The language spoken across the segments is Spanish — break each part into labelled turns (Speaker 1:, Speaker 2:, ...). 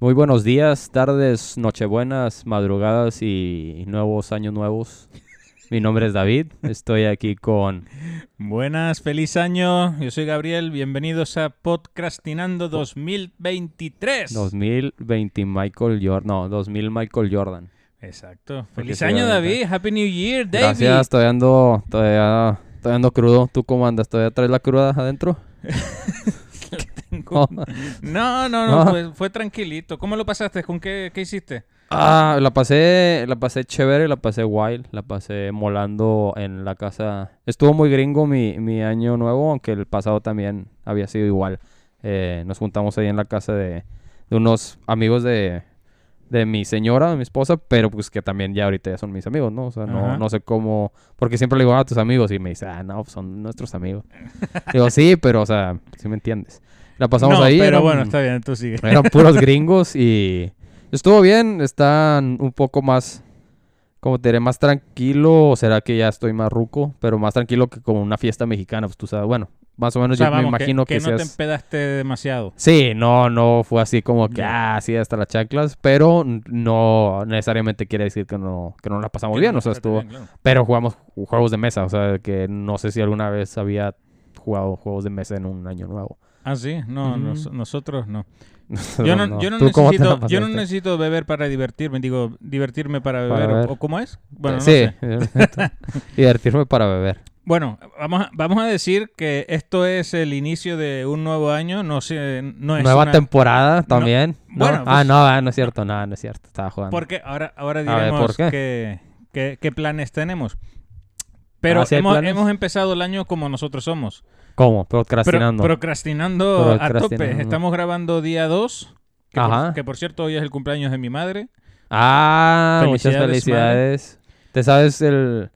Speaker 1: Muy buenos días, tardes, nochebuenas, madrugadas y nuevos años nuevos. Mi nombre es David, estoy aquí con...
Speaker 2: Buenas, feliz año. Yo soy Gabriel. Bienvenidos a Podcastinando 2023.
Speaker 1: 2020 Michael Jordan, no, 2000 Michael Jordan.
Speaker 2: Exacto.
Speaker 1: Porque
Speaker 2: Feliz
Speaker 1: sí,
Speaker 2: año,
Speaker 1: obviamente.
Speaker 2: David. Happy New Year, David.
Speaker 1: Gracias, todavía ando, todavía, todavía ando crudo. ¿Tú cómo andas? ¿Todavía traes la cruda adentro?
Speaker 2: No, no, no,
Speaker 1: No.
Speaker 2: Fue, fue tranquilito. ¿Cómo lo pasaste? ¿Con qué, qué hiciste?
Speaker 1: Ah, la pasé, la pasé chévere, la pasé wild, la pasé molando en la casa. Estuvo muy gringo mi, mi año nuevo, aunque el pasado también había sido igual. Eh, nos juntamos ahí en la casa de, de unos amigos de, de mi señora, de mi esposa, pero pues que también ya ahorita ya son mis amigos, ¿no? O sea,
Speaker 2: Ajá.
Speaker 1: no, no sé cómo, porque siempre le digo a tus amigos y me dice, ah, no, son nuestros amigos. digo, sí, pero, o sea, si me entiendes. La pasamos
Speaker 2: No,
Speaker 1: ahí.
Speaker 2: Pero
Speaker 1: eran-
Speaker 2: bueno, está bien, tú sigue.
Speaker 1: eran puros gringos y estuvo bien. Están un poco más, como te diré, más tranquilo. O será que ya estoy más ruco, pero más tranquilo que como una fiesta mexicana. Pues tú sabes, bueno, más o
Speaker 2: O
Speaker 1: menos
Speaker 2: sea,
Speaker 1: yo
Speaker 2: vamos,
Speaker 1: me imagino que,
Speaker 2: que, no te
Speaker 1: seas-
Speaker 2: empedaste demasiado.
Speaker 1: Sí, no, no fue así como que,
Speaker 2: Ya.
Speaker 1: ah, sí, hasta las chanclas, pero no necesariamente quiere decir que no, que no la pasamos bien, o sea, estuvo, pero jugamos ju- juegos de mesa, o sea, que no sé si alguna vez había jugado juegos de mesa en un año nuevo.
Speaker 2: Ah, sí, no,
Speaker 1: Ujú.
Speaker 2: nos- nosotros no. Yo no, yo no
Speaker 1: ¿Tú cómo te la
Speaker 2: necesito, yo no
Speaker 1: pasaste?
Speaker 2: necesito beber para divertirme, digo, divertirme para
Speaker 1: Para
Speaker 2: beber, o-
Speaker 1: beber.
Speaker 2: ¿o cómo es? Bueno, no
Speaker 1: sí,
Speaker 2: sé.
Speaker 1: divertirme para beber.
Speaker 2: Bueno, vamos a, vamos a decir que esto es el inicio de un nuevo año, no sé, no es
Speaker 1: Nueva
Speaker 2: una-
Speaker 1: temporada también. ¿no?
Speaker 2: Bueno,
Speaker 1: ah,
Speaker 2: pues-
Speaker 1: no, ah, no es cierto, no, no es cierto. Estaba jugando.
Speaker 2: porque ahora ahora
Speaker 1: ver,
Speaker 2: diremos
Speaker 1: ¿por qué?
Speaker 2: qué- qué- qué planes tenemos. Pero
Speaker 1: Ah, ¿sí hay
Speaker 2: hemos,
Speaker 1: planes?
Speaker 2: hemos empezado el año como nosotros somos.
Speaker 1: ¿Cómo?
Speaker 2: Pro-
Speaker 1: Procrastinando.
Speaker 2: procrastinando a tope.
Speaker 1: Procrastinando.
Speaker 2: Estamos grabando día 2, que, por,
Speaker 1: Ajá.
Speaker 2: que por cierto hoy es el cumpleaños de mi madre.
Speaker 1: Ah, muchas
Speaker 2: Felicidades,
Speaker 1: felicidades. ¿Te sabes el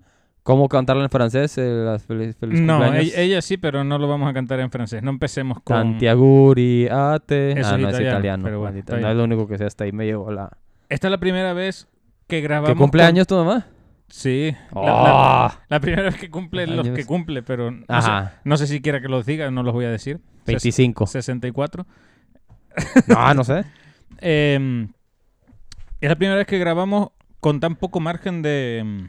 Speaker 1: cómo cantarla en francés? El- las feliz, feliz
Speaker 2: No,
Speaker 1: cumpleaños?
Speaker 2: ella, ella sí, pero no lo vamos a cantar en francés. No empecemos con...
Speaker 1: Tantiaguri, ate.
Speaker 2: Eso
Speaker 1: ah,
Speaker 2: es
Speaker 1: no, es
Speaker 2: italiano,
Speaker 1: italiano.
Speaker 2: pero bueno,
Speaker 1: maldita-
Speaker 2: está
Speaker 1: no
Speaker 2: bien.
Speaker 1: es lo único que sé, hasta ahí me llegó la...
Speaker 2: Esta es la primera vez que grabamos...
Speaker 1: ¿Qué
Speaker 2: con-
Speaker 1: cumpleaños tu mamá?
Speaker 2: Sí. la- la-
Speaker 1: ¡Oh!
Speaker 2: La primera vez que cumple los
Speaker 1: Años.
Speaker 2: que cumple, pero no,
Speaker 1: Ajá.
Speaker 2: Sé, no sé si quiera que los diga, no los voy a decir. Ses-
Speaker 1: 25.
Speaker 2: 64.
Speaker 1: Ah, No, no sé.
Speaker 2: Eh, es la primera vez que grabamos con tan poco margen de,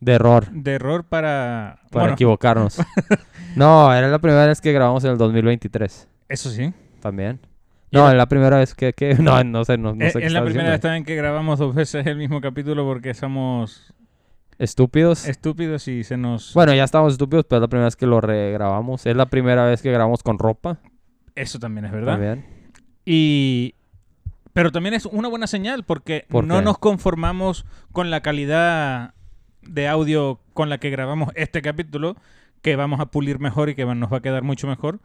Speaker 1: De error.
Speaker 2: de error para...
Speaker 1: Para
Speaker 2: bueno,
Speaker 1: equivocarnos. no, era la primera vez que grabamos en el 2023.
Speaker 2: eso sí.
Speaker 1: También.
Speaker 2: Y
Speaker 1: No,
Speaker 2: era-
Speaker 1: es la primera vez que... que- No, no sé, no, no
Speaker 2: Eh,
Speaker 1: sé qué
Speaker 2: es la
Speaker 1: estaba
Speaker 2: primera vez
Speaker 1: diciendo.
Speaker 2: también que grabamos dos veces el mismo capítulo porque somos
Speaker 1: Estúpidos.
Speaker 2: estúpidos y se nos...
Speaker 1: Bueno, ya estábamos estúpidos, pero es la primera vez que lo regrabamos. Es la primera vez que grabamos con ropa.
Speaker 2: Eso también es verdad.
Speaker 1: También.
Speaker 2: Y... Pero también es una buena señal porque
Speaker 1: ¿Por
Speaker 2: no
Speaker 1: qué?
Speaker 2: nos conformamos con la calidad de audio con la que grabamos este capítulo, que vamos a pulir mejor y que va- nos va a quedar mucho mejor.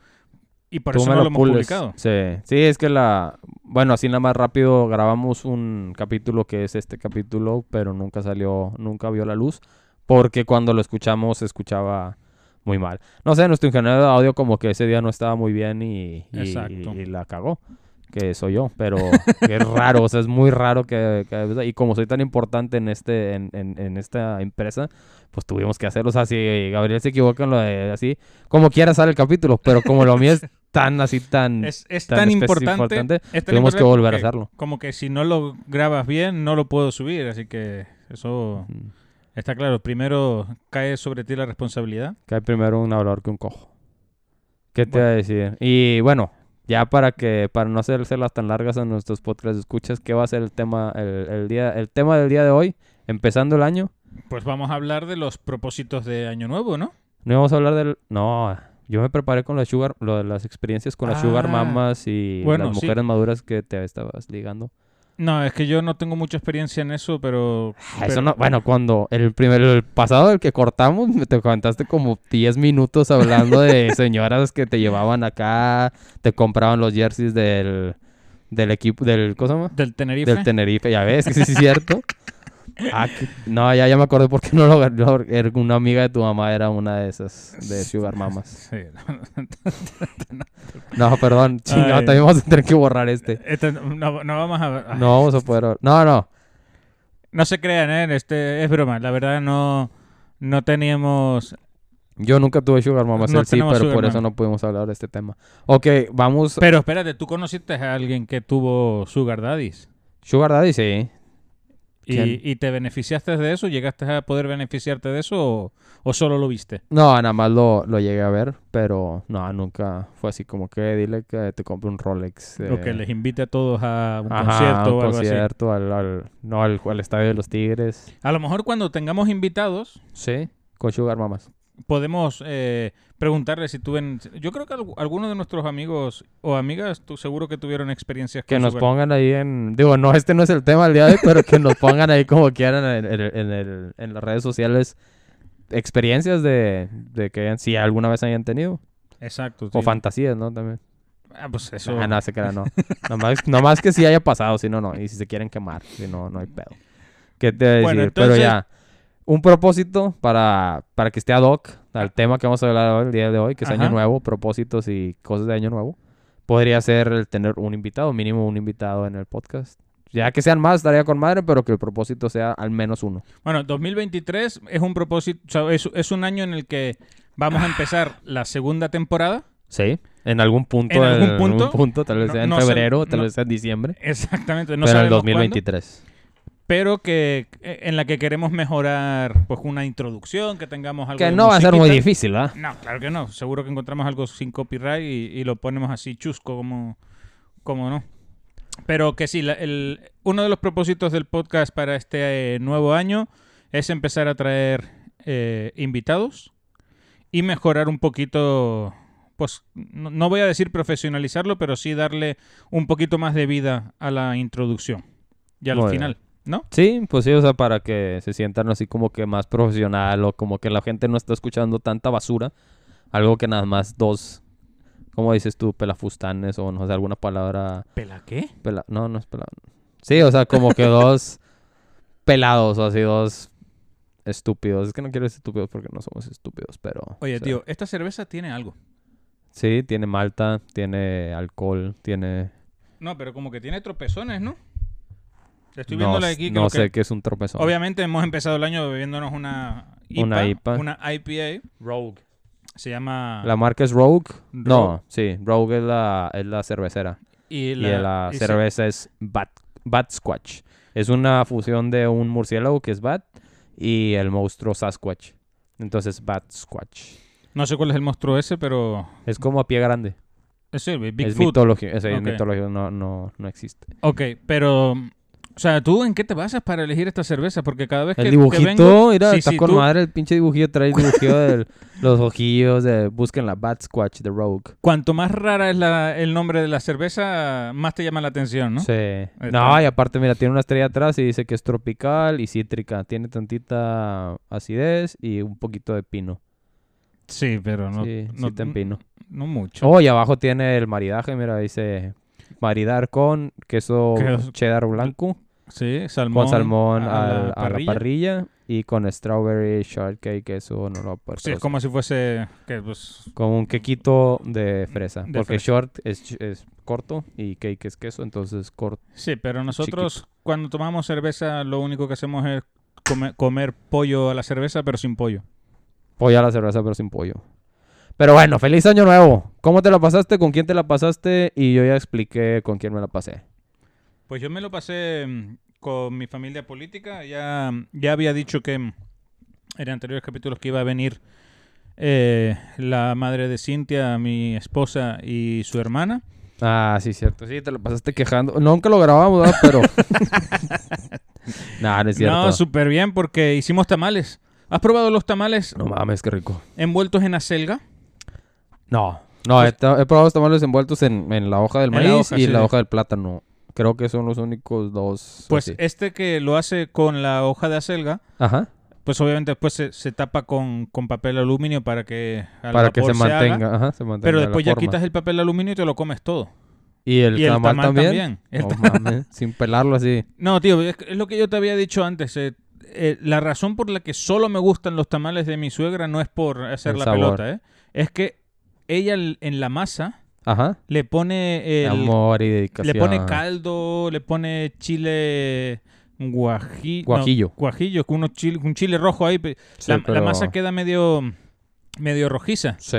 Speaker 2: Y por
Speaker 1: Tú
Speaker 2: eso
Speaker 1: me lo
Speaker 2: no lo hemos
Speaker 1: pules.
Speaker 2: publicado.
Speaker 1: Sí. sí, es que la... Bueno, así nada más rápido grabamos un capítulo que es este capítulo, pero nunca salió, nunca vio la luz. Porque cuando lo escuchamos se escuchaba muy mal. No sé, nuestro ingeniero de audio como que ese día no estaba muy bien y, y-
Speaker 2: Exacto.
Speaker 1: y la cagó. Que soy yo, pero que es raro, o sea, es muy raro que, que- Y como soy tan importante en este en, en- en esta empresa, pues tuvimos que hacerlo. O sea, si Gabriel se equivoca en lo de así, como quiera sale el capítulo, pero como lo mío es tan así, tan...
Speaker 2: Es, es tan,
Speaker 1: tan especi-
Speaker 2: importante.
Speaker 1: importante,
Speaker 2: es tan
Speaker 1: tuvimos que volver a
Speaker 2: que-
Speaker 1: hacerlo.
Speaker 2: Como que si no lo grabas bien, no lo puedo subir. Así que eso
Speaker 1: Mm.
Speaker 2: está claro. Primero cae sobre ti la responsabilidad.
Speaker 1: Que hay primero un hablador que un cojo. ¿Qué te
Speaker 2: Bueno.
Speaker 1: iba a decir? Y bueno, ya para que para no hacérselas tan largas a nuestros podcasts, escuchas qué va a ser el tema el, el día el tema del día de hoy, empezando el año.
Speaker 2: Pues vamos a hablar de los propósitos de Año Nuevo, ¿no?
Speaker 1: No vamos a hablar del no, yo me preparé con la sugar, lo de las experiencias con las sugar
Speaker 2: Ah.
Speaker 1: mamas y
Speaker 2: Bueno,
Speaker 1: las
Speaker 2: sí.
Speaker 1: mujeres maduras que te estabas ligando.
Speaker 2: No, es que yo no tengo mucha experiencia en eso, pero...
Speaker 1: Ah, Eso
Speaker 2: pero-
Speaker 1: no, bueno, cuando el primer el pasado el que cortamos, me te contaste como 10 minutos hablando de señoras que te llevaban acá, te compraban los jerseys del del equipo del ¿cómo se llama?
Speaker 2: Del Tenerife.
Speaker 1: Del Tenerife, ya ves que sí sí es cierto. Ah, que- no, ya, ya me acordé porque no lo no, era una amiga de tu mamá era una de esas de Sugar Mamas.
Speaker 2: Sí.
Speaker 1: No, perdón, chingada,
Speaker 2: Ay.
Speaker 1: también vamos a tener que borrar este.
Speaker 2: Este, no, no vamos a... ay,
Speaker 1: No vamos a poder. No, no.
Speaker 2: No se crean, ¿eh? Este, es broma. La verdad no, no teníamos
Speaker 1: Yo nunca tuve Sugar Mama,
Speaker 2: No
Speaker 1: él sí,
Speaker 2: tenemos
Speaker 1: pero
Speaker 2: Sugar
Speaker 1: por eso
Speaker 2: Mama.
Speaker 1: no pudimos hablar de este tema. Ok, vamos.
Speaker 2: Pero espérate, ¿tú conociste a alguien que tuvo Sugar Daddies?
Speaker 1: Sugar Daddy, sí. ¿Quién?
Speaker 2: ¿Y, y te beneficiaste de eso? ¿Llegaste a poder beneficiarte de eso o, o solo lo viste?
Speaker 1: No, nada más lo, lo llegué a ver, pero no, nunca fue así como que dile que te compre un Rolex.
Speaker 2: O que
Speaker 1: eh,
Speaker 2: les invite a todos a un
Speaker 1: ajá,
Speaker 2: concierto
Speaker 1: un
Speaker 2: o algo así.
Speaker 1: concierto, al, al- no, al, al Estadio de los Tigres.
Speaker 2: A lo mejor cuando tengamos invitados
Speaker 1: Sí, con Sugar Mamas.
Speaker 2: podemos eh, preguntarle si tuvieron... Yo creo que algu- alguno de nuestros amigos o amigas tú, seguro que tuvieron experiencias
Speaker 1: Que
Speaker 2: con
Speaker 1: nos
Speaker 2: Sugar-
Speaker 1: pongan ahí en... Digo, no, este no es el tema del día de hoy, pero que nos pongan ahí como quieran en, en, en el- en las redes sociales experiencias de, de que hayan- si alguna vez hayan tenido.
Speaker 2: Exacto.
Speaker 1: O
Speaker 2: sí.
Speaker 1: fantasías, ¿no? También.
Speaker 2: Ah, pues eso...
Speaker 1: Ah, no, se crea, no. nomás, nomás que si haya pasado, si no, no. Y si se quieren quemar, si no, no hay pedo. ¿Qué te voy a decir?
Speaker 2: Bueno,
Speaker 1: Pero
Speaker 2: entonces-
Speaker 1: ya, un propósito para, para que esté ad hoc al tema que vamos a hablar hoy, el día de hoy, que es
Speaker 2: Ah. Ajá.
Speaker 1: Año Nuevo, propósitos y cosas de Año Nuevo. Podría ser el tener un invitado, mínimo un invitado en el podcast. Ya que sean más, estaría con madre, pero que el propósito sea al menos uno.
Speaker 2: Bueno, 2023 es un propósito, o sea, es, es un año en el que vamos a empezar la segunda temporada.
Speaker 1: ¿Sí? En algún punto.
Speaker 2: ¿En algún punto?
Speaker 1: tal vez
Speaker 2: No-
Speaker 1: sea en
Speaker 2: no sé,
Speaker 1: febrero, tal
Speaker 2: no-
Speaker 1: vez sea en diciembre.
Speaker 2: Exactamente,
Speaker 1: pero en
Speaker 2: no
Speaker 1: el
Speaker 2: sabemos cuándo,
Speaker 1: 2023.
Speaker 2: pero que eh, en la que queremos mejorar pues una introducción, que tengamos algo
Speaker 1: Que
Speaker 2: de
Speaker 1: no va a ser muy
Speaker 2: musiquita.
Speaker 1: difícil, ¿verdad?
Speaker 2: No, claro que no, seguro que encontramos algo sin copyright y, y lo ponemos así chusco como como no. Pero que sí, la- el, uno de los propósitos del podcast para este eh, nuevo año es empezar a traer eh, invitados y mejorar un poquito, pues no, no voy a decir profesionalizarlo, pero sí darle un poquito más de vida a la introducción y al
Speaker 1: Muy
Speaker 2: final, ¿no?
Speaker 1: Sí, pues sí, o sea, para que se sientan así como que más profesional o como que la gente no está escuchando tanta basura. Algo que nada más dos, ¿cómo dices tú? Pelafustanes o no sé, alguna palabra...
Speaker 2: ¿Pela qué?
Speaker 1: Pela... No, no es pelado. Sí, o sea, como que dos pelados o así, dos estúpidos. Es que no quiero decir estúpidos porque no somos estúpidos, pero... o
Speaker 2: Oye,
Speaker 1: sea,
Speaker 2: tío, esta cerveza tiene algo.
Speaker 1: Sí, tiene malta, tiene alcohol, tiene...
Speaker 2: No, pero como que tiene tropezones, ¿no? Estoy
Speaker 1: no
Speaker 2: viéndola
Speaker 1: s-
Speaker 2: aquí.
Speaker 1: no
Speaker 2: creo que-
Speaker 1: sé qué es un tropezón.
Speaker 2: Obviamente hemos empezado el año bebiéndonos una IPA.
Speaker 1: Una IPA.
Speaker 2: una IPA.
Speaker 1: Rogue.
Speaker 2: Se llama...
Speaker 1: La marca es Rogue.
Speaker 2: Ah. Rogue.
Speaker 1: No, sí, Rogue es la, es la cervecera.
Speaker 2: y
Speaker 1: y la
Speaker 2: y se-
Speaker 1: cerveza es Bat, Bat Squatch. Es una fusión de un murciélago que es Bat y el monstruo Sasquatch. Entonces Bat Squatch.
Speaker 2: No sé cuál es el monstruo ese, pero...
Speaker 1: Es como a pie grande.
Speaker 2: Es el
Speaker 1: es
Speaker 2: Bigfoot.
Speaker 1: mitología. Es,
Speaker 2: Ok.
Speaker 1: mitología, no, no, no existe.
Speaker 2: Ok, pero... O sea, ¿tú en qué te basas para elegir esta cerveza? Porque cada vez que,
Speaker 1: El
Speaker 2: que vengo-
Speaker 1: dibujito, mira,
Speaker 2: Sí,
Speaker 1: está
Speaker 2: sí,
Speaker 1: con
Speaker 2: tú-
Speaker 1: madre el pinche dibujito. Trae el dibujito de los ojillos de busquen la Bat Squatch de Rogue.
Speaker 2: Cuanto más rara es la- el nombre de la cerveza, más te llama la atención, ¿no?
Speaker 1: Sí.
Speaker 2: está.
Speaker 1: No, y aparte, mira, tiene una estrella atrás y dice que es tropical y cítrica. Tiene tantita acidez y un poquito de pino.
Speaker 2: Sí, pero no...
Speaker 1: sí,
Speaker 2: no,
Speaker 1: sí te empino.
Speaker 2: no mucho.
Speaker 1: Oh, y abajo tiene el maridaje, mira, dice maridar con queso
Speaker 2: Queso-
Speaker 1: cheddar blanco,
Speaker 2: Sí, salmón.
Speaker 1: Oh. con salmón
Speaker 2: a la
Speaker 1: al- a, la
Speaker 2: parrilla.
Speaker 1: parrilla y con strawberry shortcake, queso no lo aparto,
Speaker 2: Sí, es como si fuese... Que, pues,
Speaker 1: como un quequito de fresa,
Speaker 2: De
Speaker 1: porque
Speaker 2: fresa.
Speaker 1: short es, ch- es corto y cake es queso, entonces corto.
Speaker 2: Sí, pero nosotros cuando tomamos cerveza lo único que hacemos es come- comer pollo a la cerveza, pero sin pollo.
Speaker 1: Pollo a la cerveza pero sin pollo. Pero bueno, feliz año nuevo. ¿Cómo te la pasaste? ¿Con quién te la pasaste? Y yo ya expliqué con quién me la pasé.
Speaker 2: Pues yo me lo pasé mm, con mi familia política. Ya, ya había dicho que mm, en anteriores capítulos que iba a venir eh, la madre de Cintia, mi esposa y su hermana.
Speaker 1: Ah, sí, cierto. Sí, te lo pasaste quejando. Nunca lo grabamos, ¿verdad? pero. nah, no es cierto.
Speaker 2: No,
Speaker 1: No,
Speaker 2: súper bien porque hicimos tamales. ¿Has probado los tamales
Speaker 1: mames, qué rico.
Speaker 2: envueltos en acelga?
Speaker 1: No. No, he, to- he probado los tamales envueltos en, en la hoja del
Speaker 2: En la
Speaker 1: maíz
Speaker 2: hoja,
Speaker 1: y
Speaker 2: sí,
Speaker 1: la
Speaker 2: de-
Speaker 1: hoja del plátano. Creo que son los únicos dos.
Speaker 2: Pues
Speaker 1: así.
Speaker 2: este que lo hace con la hoja de acelga
Speaker 1: Ajá.
Speaker 2: Pues obviamente después se, se tapa con, con papel aluminio para que al
Speaker 1: Para que se
Speaker 2: vapor haga,
Speaker 1: mantenga. Ajá, se mantenga.
Speaker 2: pero
Speaker 1: la
Speaker 2: después ya
Speaker 1: forma.
Speaker 2: quitas el papel aluminio y te lo comes todo.
Speaker 1: Y el,
Speaker 2: y el
Speaker 1: tamal,
Speaker 2: tamal
Speaker 1: también.
Speaker 2: también. El
Speaker 1: No mames, sin pelarlo así.
Speaker 2: No, tío, es, es lo que yo te había dicho antes. eh, eh, la razón por la que solo me gustan los tamales de mi suegra no es por hacer
Speaker 1: El
Speaker 2: la
Speaker 1: sabor.
Speaker 2: pelota, ¿eh? Es que ella l- en la masa
Speaker 1: Ajá.
Speaker 2: le pone el-
Speaker 1: Amor y
Speaker 2: le
Speaker 1: dedicación.
Speaker 2: pone caldo, le pone chile guaji, no,
Speaker 1: Guajillo.
Speaker 2: guajillo, con unos chile, un chile rojo ahí. pe-
Speaker 1: Sí,
Speaker 2: la, la
Speaker 1: pero-
Speaker 2: masa queda medio medio rojiza.
Speaker 1: Sí.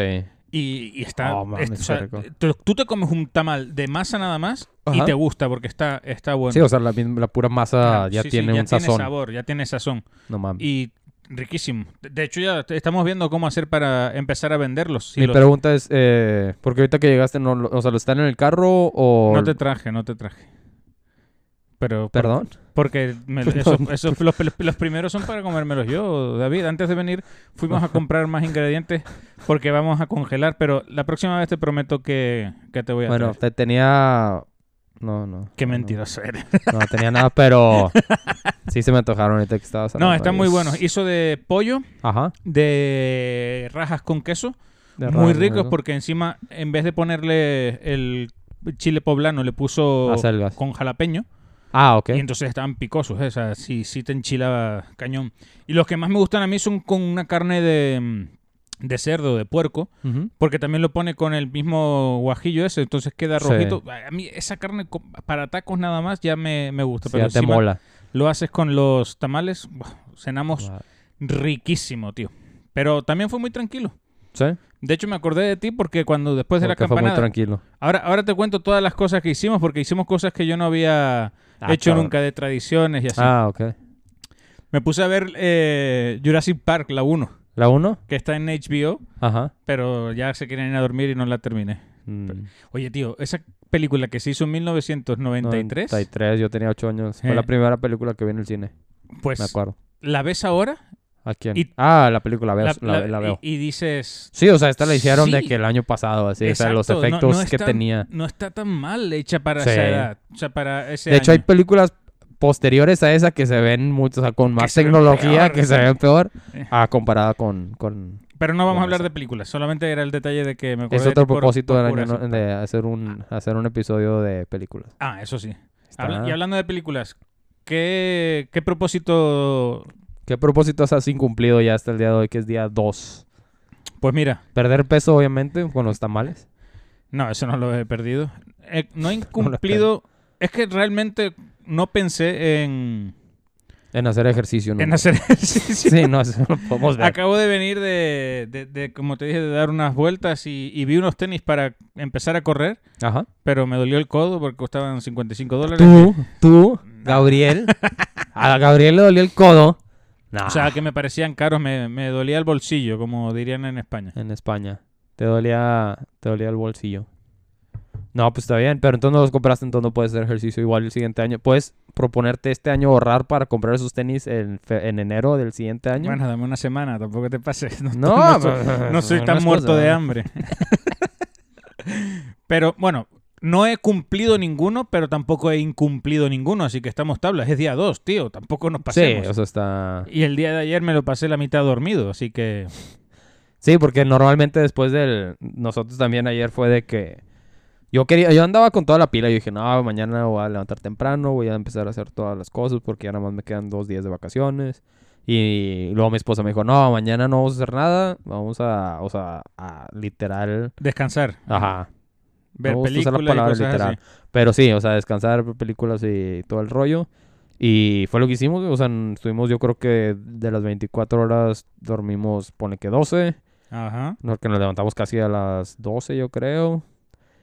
Speaker 2: Y, y está.
Speaker 1: Oh, mames,
Speaker 2: es- o
Speaker 1: qué
Speaker 2: sea,
Speaker 1: rico.
Speaker 2: tú, tú te comes un tamal de masa nada más y
Speaker 1: Ajá.
Speaker 2: te gusta porque está, está bueno.
Speaker 1: Sí, o sea, la, misma- la pura masa ya
Speaker 2: Sí, sí,
Speaker 1: tiene un
Speaker 2: Tiene
Speaker 1: sazón.
Speaker 2: sabor, ya tiene sazón.
Speaker 1: No mames.
Speaker 2: Y riquísimo. De- De hecho, ya te- estamos viendo cómo hacer para empezar a venderlos. Si
Speaker 1: Mi
Speaker 2: los-
Speaker 1: pregunta es, eh, porque ahorita que llegaste, no, lo- o sea, ¿lo están en el carro o...?
Speaker 2: No te traje, no te traje. Pero. por-
Speaker 1: ¿Perdón?
Speaker 2: Porque me- eso- eso- los, los primeros son para comérmelos yo, David. Antes de venir fuimos a comprar más ingredientes porque vamos a congelar, pero la próxima vez te prometo que, que te voy a
Speaker 1: Bueno,
Speaker 2: traer.
Speaker 1: te tenía... No, no.
Speaker 2: Qué
Speaker 1: no,
Speaker 2: mentiroso eres.
Speaker 1: No, tenía nada, pero... Sí se me antojaron ahorita que estabas
Speaker 2: No,
Speaker 1: hablando.
Speaker 2: están muy
Speaker 1: Dios.
Speaker 2: buenos. Hizo de pollo,
Speaker 1: Ajá.
Speaker 2: de rajas con queso.
Speaker 1: de
Speaker 2: muy
Speaker 1: raro,
Speaker 2: ricos
Speaker 1: ¿no?
Speaker 2: porque encima, en vez de ponerle el chile poblano, le puso
Speaker 1: Acelgas.
Speaker 2: con jalapeño.
Speaker 1: Ah, ok.
Speaker 2: Y entonces estaban picosos, ¿eh? o sea, sí, sí te enchilaba cañón. Y los que más me gustan a mí son con una carne de, mm, de cerdo, de puerco,
Speaker 1: Ujú.
Speaker 2: porque también lo pone con el mismo guajillo ese, entonces queda
Speaker 1: Sí.
Speaker 2: rojito. A mí esa carne co- para tacos nada más ya me, me gusta,
Speaker 1: Sí,
Speaker 2: pero
Speaker 1: ya te
Speaker 2: encima
Speaker 1: mola.
Speaker 2: lo haces con los tamales, buah, cenamos
Speaker 1: Va.
Speaker 2: riquísimo, tío. Pero también fue muy tranquilo.
Speaker 1: ¿Sí?
Speaker 2: De hecho, me acordé de ti porque cuando después de la
Speaker 1: Porque fue muy
Speaker 2: campanada...
Speaker 1: tranquilo.
Speaker 2: Ahora, ahora te cuento todas las cosas que hicimos porque hicimos cosas que yo no había
Speaker 1: Ah,
Speaker 2: hecho
Speaker 1: cabrón.
Speaker 2: nunca de tradiciones y así.
Speaker 1: Ah, ok.
Speaker 2: Me puse a ver eh, Jurassic Park, la 1,
Speaker 1: ¿La 1?
Speaker 2: que está en HBO,
Speaker 1: Ajá.
Speaker 2: pero ya se quieren ir a dormir y no la terminé.
Speaker 1: Mm,
Speaker 2: Oye, tío, esa película que se hizo en 1993,
Speaker 1: 93, yo tenía 8 años. Fue
Speaker 2: Eh.
Speaker 1: la primera película que vi en el cine, me
Speaker 2: pues
Speaker 1: acuerdo.
Speaker 2: la ves ahora
Speaker 1: ¿A quién?
Speaker 2: y-
Speaker 1: ah, la película, la, veo-
Speaker 2: la-
Speaker 1: la-
Speaker 2: la-
Speaker 1: la veo.
Speaker 2: Y, y dices,
Speaker 1: Sí, o sea, esta la hicieron de
Speaker 2: Sí.
Speaker 1: que el año pasado, así, o sea,
Speaker 2: Exacto,
Speaker 1: los
Speaker 2: no- este
Speaker 1: efectos
Speaker 2: no es
Speaker 1: que
Speaker 2: tan-
Speaker 1: tenía.
Speaker 2: no está tan mal hecha para
Speaker 1: Sí.
Speaker 2: esa edad, o sea, para ese
Speaker 1: De hecho, hay
Speaker 2: año.
Speaker 1: películas posteriores a esa que se ven mucho, o sea, con más
Speaker 2: se ven
Speaker 1: tecnología,
Speaker 2: peor.
Speaker 1: que se ven peor,
Speaker 2: Eh.
Speaker 1: a comparada con... con...
Speaker 2: Pero no vamos
Speaker 1: Bueno,
Speaker 2: a hablar
Speaker 1: sí.
Speaker 2: de películas, solamente era el detalle de que me acordé
Speaker 1: Es
Speaker 2: de
Speaker 1: otro
Speaker 2: ti por-
Speaker 1: propósito
Speaker 2: por
Speaker 1: del año,
Speaker 2: Jurassic
Speaker 1: ¿no? de hacer un, hacer un episodio de películas.
Speaker 2: Ah, eso sí.
Speaker 1: Está-
Speaker 2: Habla- y hablando de películas, ¿qué, qué propósito?
Speaker 1: ¿Qué propósitos has incumplido ya hasta el día de hoy, que es día 2?
Speaker 2: Pues mira,
Speaker 1: Perder peso, obviamente, con los tamales.
Speaker 2: no, eso no lo he perdido. Eh, no he incumplido. es que realmente no pensé en,
Speaker 1: En hacer ejercicio, ¿no?
Speaker 2: en hacer ejercicio.
Speaker 1: Sí, no, eso no podemos ver.
Speaker 2: Acabo de venir de, de- de, como te dije, de dar unas vueltas y, y vi unos tenis para empezar a correr,
Speaker 1: Ajá.
Speaker 2: pero me dolió el codo porque costaban 55 dólares.
Speaker 1: Tú, tú, Gabriel. A Gabriel le dolió el codo. Nah.
Speaker 2: O sea, que me parecían caros, me, me dolía el bolsillo, como dirían en España.
Speaker 1: En España. Te dolía, te dolía el bolsillo. No, pues está bien, pero entonces no los compraste, entonces no puedes hacer ejercicio igual el siguiente año. Puedes proponerte este año ahorrar para comprar esos tenis en, fe- en enero del siguiente año.
Speaker 2: Bueno, dame una semana, tampoco te pases. No,
Speaker 1: No,
Speaker 2: no soy-
Speaker 1: pues,
Speaker 2: no soy
Speaker 1: son
Speaker 2: tan
Speaker 1: unas
Speaker 2: muerto
Speaker 1: cosas.
Speaker 2: de hambre. pero bueno, no he cumplido ninguno, pero tampoco he incumplido ninguno, así que estamos tablas. Es día 2, tío, tampoco nos
Speaker 1: sí,
Speaker 2: pasemos.
Speaker 1: o sea, está.
Speaker 2: Y el día de ayer me lo pasé la mitad dormido, así que
Speaker 1: Sí, porque normalmente después del. Nosotros también ayer fue de que. Yo quería, yo andaba con toda la pila. Yo dije, no, mañana voy a levantar temprano, voy a empezar a hacer todas las cosas porque ya nada más me quedan dos días de vacaciones. Y luego mi esposa me dijo, no, mañana no vamos a hacer nada. Vamos a, o sea, a literal.
Speaker 2: descansar,
Speaker 1: Ajá.
Speaker 2: ver
Speaker 1: No me gusta usar la
Speaker 2: películas y
Speaker 1: palabra
Speaker 2: cosas
Speaker 1: literal.
Speaker 2: así.
Speaker 1: Pero sí, o sea, descansar, ver películas y todo el rollo. Y fue lo que hicimos, o sea, n- estuvimos yo creo que de las 24 horas dormimos, pone que 12.
Speaker 2: Ajá.
Speaker 1: Porque nos levantamos casi a las 12, yo creo.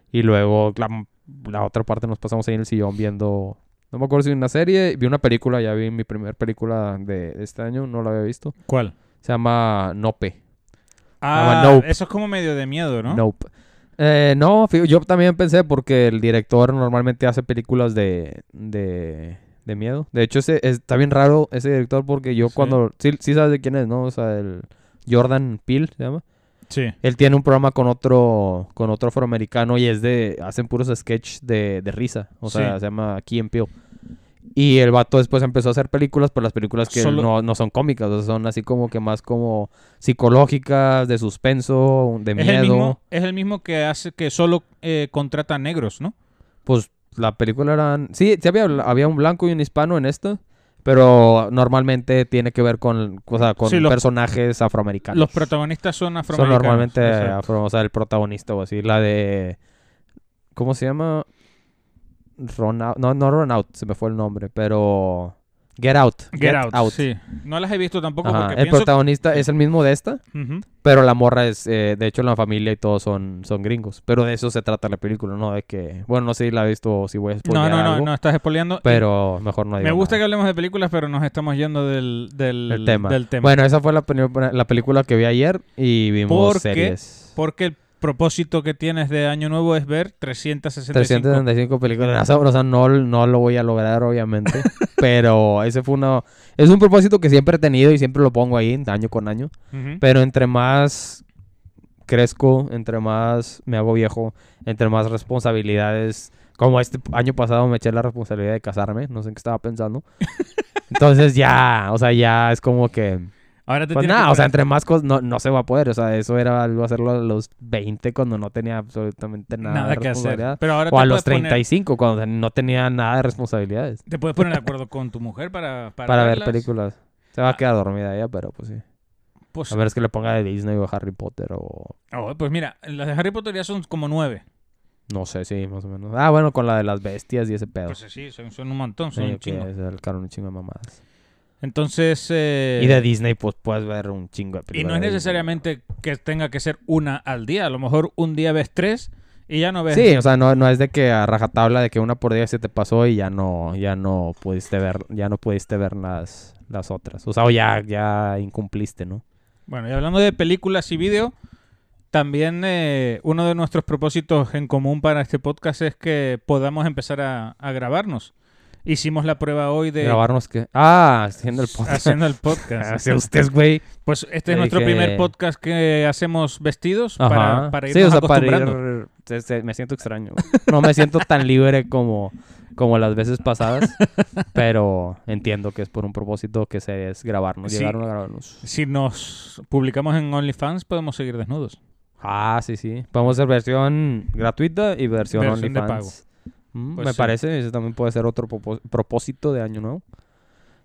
Speaker 1: Y luego la, la otra parte nos pasamos ahí en el sillón viendo. No me acuerdo si una serie, vi una película, ya vi mi primera película de este año, no la había visto.
Speaker 2: ¿Cuál?
Speaker 1: Se llama Nope.
Speaker 2: Ah,
Speaker 1: Nope.
Speaker 2: eso es como medio de miedo, ¿no?
Speaker 1: Nope. Eh, no, fi- yo también pensé porque el director normalmente hace películas de, de, de miedo. De hecho, ese, es- está bien raro ese director porque yo
Speaker 2: Sí.
Speaker 1: cuando... Sí, sí sabes de quién es, ¿no? O sea, el Jordan Peele se llama.
Speaker 2: Sí.
Speaker 1: Él tiene un programa con otro con otro afroamericano y es de hacen puros sketch de, de risa, o sea,
Speaker 2: Sí.
Speaker 1: se llama Key and Peele. Y el vato después empezó a hacer películas, pero las películas que
Speaker 2: Solo-
Speaker 1: no, no son cómicas, o sea, son así como que más como psicológicas, de suspenso, de
Speaker 2: Es el,
Speaker 1: miedo.
Speaker 2: mismo, es el mismo que hace que solo eh, contrata negros, ¿no?
Speaker 1: Pues la película eran sí, sí había, había un blanco y un hispano en esto, pero normalmente tiene que ver con, o sea, con
Speaker 2: Sí, los-
Speaker 1: personajes afroamericanos.
Speaker 2: Los protagonistas son
Speaker 1: Son
Speaker 2: afroamericanos.
Speaker 1: normalmente
Speaker 2: exacto.
Speaker 1: afro- o sea, el protagonista o así. La de. ¿Cómo se llama? Ron Out- No, no Ron Out, se me fue el nombre, pero. Get Out.
Speaker 2: Get, out, Sí. No las he visto tampoco
Speaker 1: Ajá,
Speaker 2: porque
Speaker 1: El
Speaker 2: pienso...
Speaker 1: protagonista es el mismo de esta,
Speaker 2: Ujú.
Speaker 1: pero la morra es, eh, de hecho la familia y todos son, son gringos. Pero de eso se trata la película, no de que, bueno, no sé si la he visto o si voy a
Speaker 2: No,
Speaker 1: spoilear
Speaker 2: no, no,
Speaker 1: algo,
Speaker 2: no, estás spoileando.
Speaker 1: pero mejor no
Speaker 2: Me
Speaker 1: digo
Speaker 2: gusta
Speaker 1: nada.
Speaker 2: que hablemos de películas, pero nos estamos yendo del, del,
Speaker 1: El tema.
Speaker 2: del tema.
Speaker 1: Bueno, esa fue la, peli- la película que vi ayer y vimos
Speaker 2: Porque-
Speaker 1: series.
Speaker 2: Porque el propósito que tienes de Año Nuevo es ver 365.
Speaker 1: 365 películas. O sea, no, no lo voy a lograr, obviamente. pero ese fue uno. Es un propósito que siempre he tenido y siempre lo pongo ahí, año con año.
Speaker 2: Ujú.
Speaker 1: Pero entre más crezco, entre más me hago viejo, entre más responsabilidades. Como este año pasado me eché la responsabilidad de casarme, no sé en qué estaba pensando. Entonces ya, o sea, ya es como que.
Speaker 2: Ahora te
Speaker 1: Pues
Speaker 2: tienes
Speaker 1: nada,
Speaker 2: que
Speaker 1: o sea,
Speaker 2: parar.
Speaker 1: entre más cosas no, no se va a poder. O sea, eso era algo hacerlo a los 20 cuando no tenía absolutamente nada,
Speaker 2: nada,
Speaker 1: de
Speaker 2: que hacer.
Speaker 1: responsabilidad.
Speaker 2: Pero ahora
Speaker 1: O
Speaker 2: te
Speaker 1: a los
Speaker 2: puedes poner-
Speaker 1: 35 cuando no tenía nada de responsabilidades
Speaker 2: Te puedes poner de acuerdo con tu mujer para, para,
Speaker 1: para ver
Speaker 2: verlas.
Speaker 1: películas. Se va
Speaker 2: Ah.
Speaker 1: a quedar dormida ella, pero pues sí.
Speaker 2: Pues,
Speaker 1: A menos que le ponga de Disney o Harry Potter o
Speaker 2: oh, pues mira, las de Harry Potter ya son como nueve.
Speaker 1: No sé, sí, más o menos. Ah, bueno, con la de las bestias y ese pedo.
Speaker 2: Pues sí, son, son un montón, son
Speaker 1: Sí,
Speaker 2: un
Speaker 1: que
Speaker 2: chingo.
Speaker 1: es el caro un chingo de mamadas.
Speaker 2: Entonces. eh,
Speaker 1: Y de Disney, pues puedes ver un chingo de
Speaker 2: y
Speaker 1: películas.
Speaker 2: no es
Speaker 1: de Disney.
Speaker 2: necesariamente que tenga que ser una al día. A lo mejor un día ves tres y ya no ves.
Speaker 1: Sí, o sea, no, no es de que a rajatabla de que una por día se te pasó y ya no, ya no pudiste ver, ya no pudiste ver las, las otras. O sea, o ya, ya incumpliste, ¿no?
Speaker 2: Bueno, y hablando de películas y vídeo, también eh, uno de nuestros propósitos en común para este podcast es que podamos empezar a, a grabarnos. Hicimos la prueba hoy de
Speaker 1: Grabarnos que. Ah, haciendo el podcast.
Speaker 2: haciendo el podcast.
Speaker 1: Hacia ustedes, güey.
Speaker 2: Pues este es
Speaker 1: Le
Speaker 2: nuestro
Speaker 1: dije-
Speaker 2: primer podcast que hacemos vestidos
Speaker 1: Ajá.
Speaker 2: para, para irnos
Speaker 1: sí, o sea, para
Speaker 2: acostumbrando.
Speaker 1: ir. se- se- me siento extraño. güey. No me siento tan libre como, como las veces pasadas. pero entiendo que es por un propósito que se es grabarnos,
Speaker 2: Sí.
Speaker 1: llegar a grabarnos.
Speaker 2: Si nos publicamos en OnlyFans podemos seguir desnudos.
Speaker 1: Ah, sí, sí. Podemos hacer versión gratuita y versión,
Speaker 2: Versión de
Speaker 1: OnlyFans. Mm,
Speaker 2: Pues
Speaker 1: me
Speaker 2: sí.
Speaker 1: parece, ese también puede ser otro propó- propósito de año nuevo.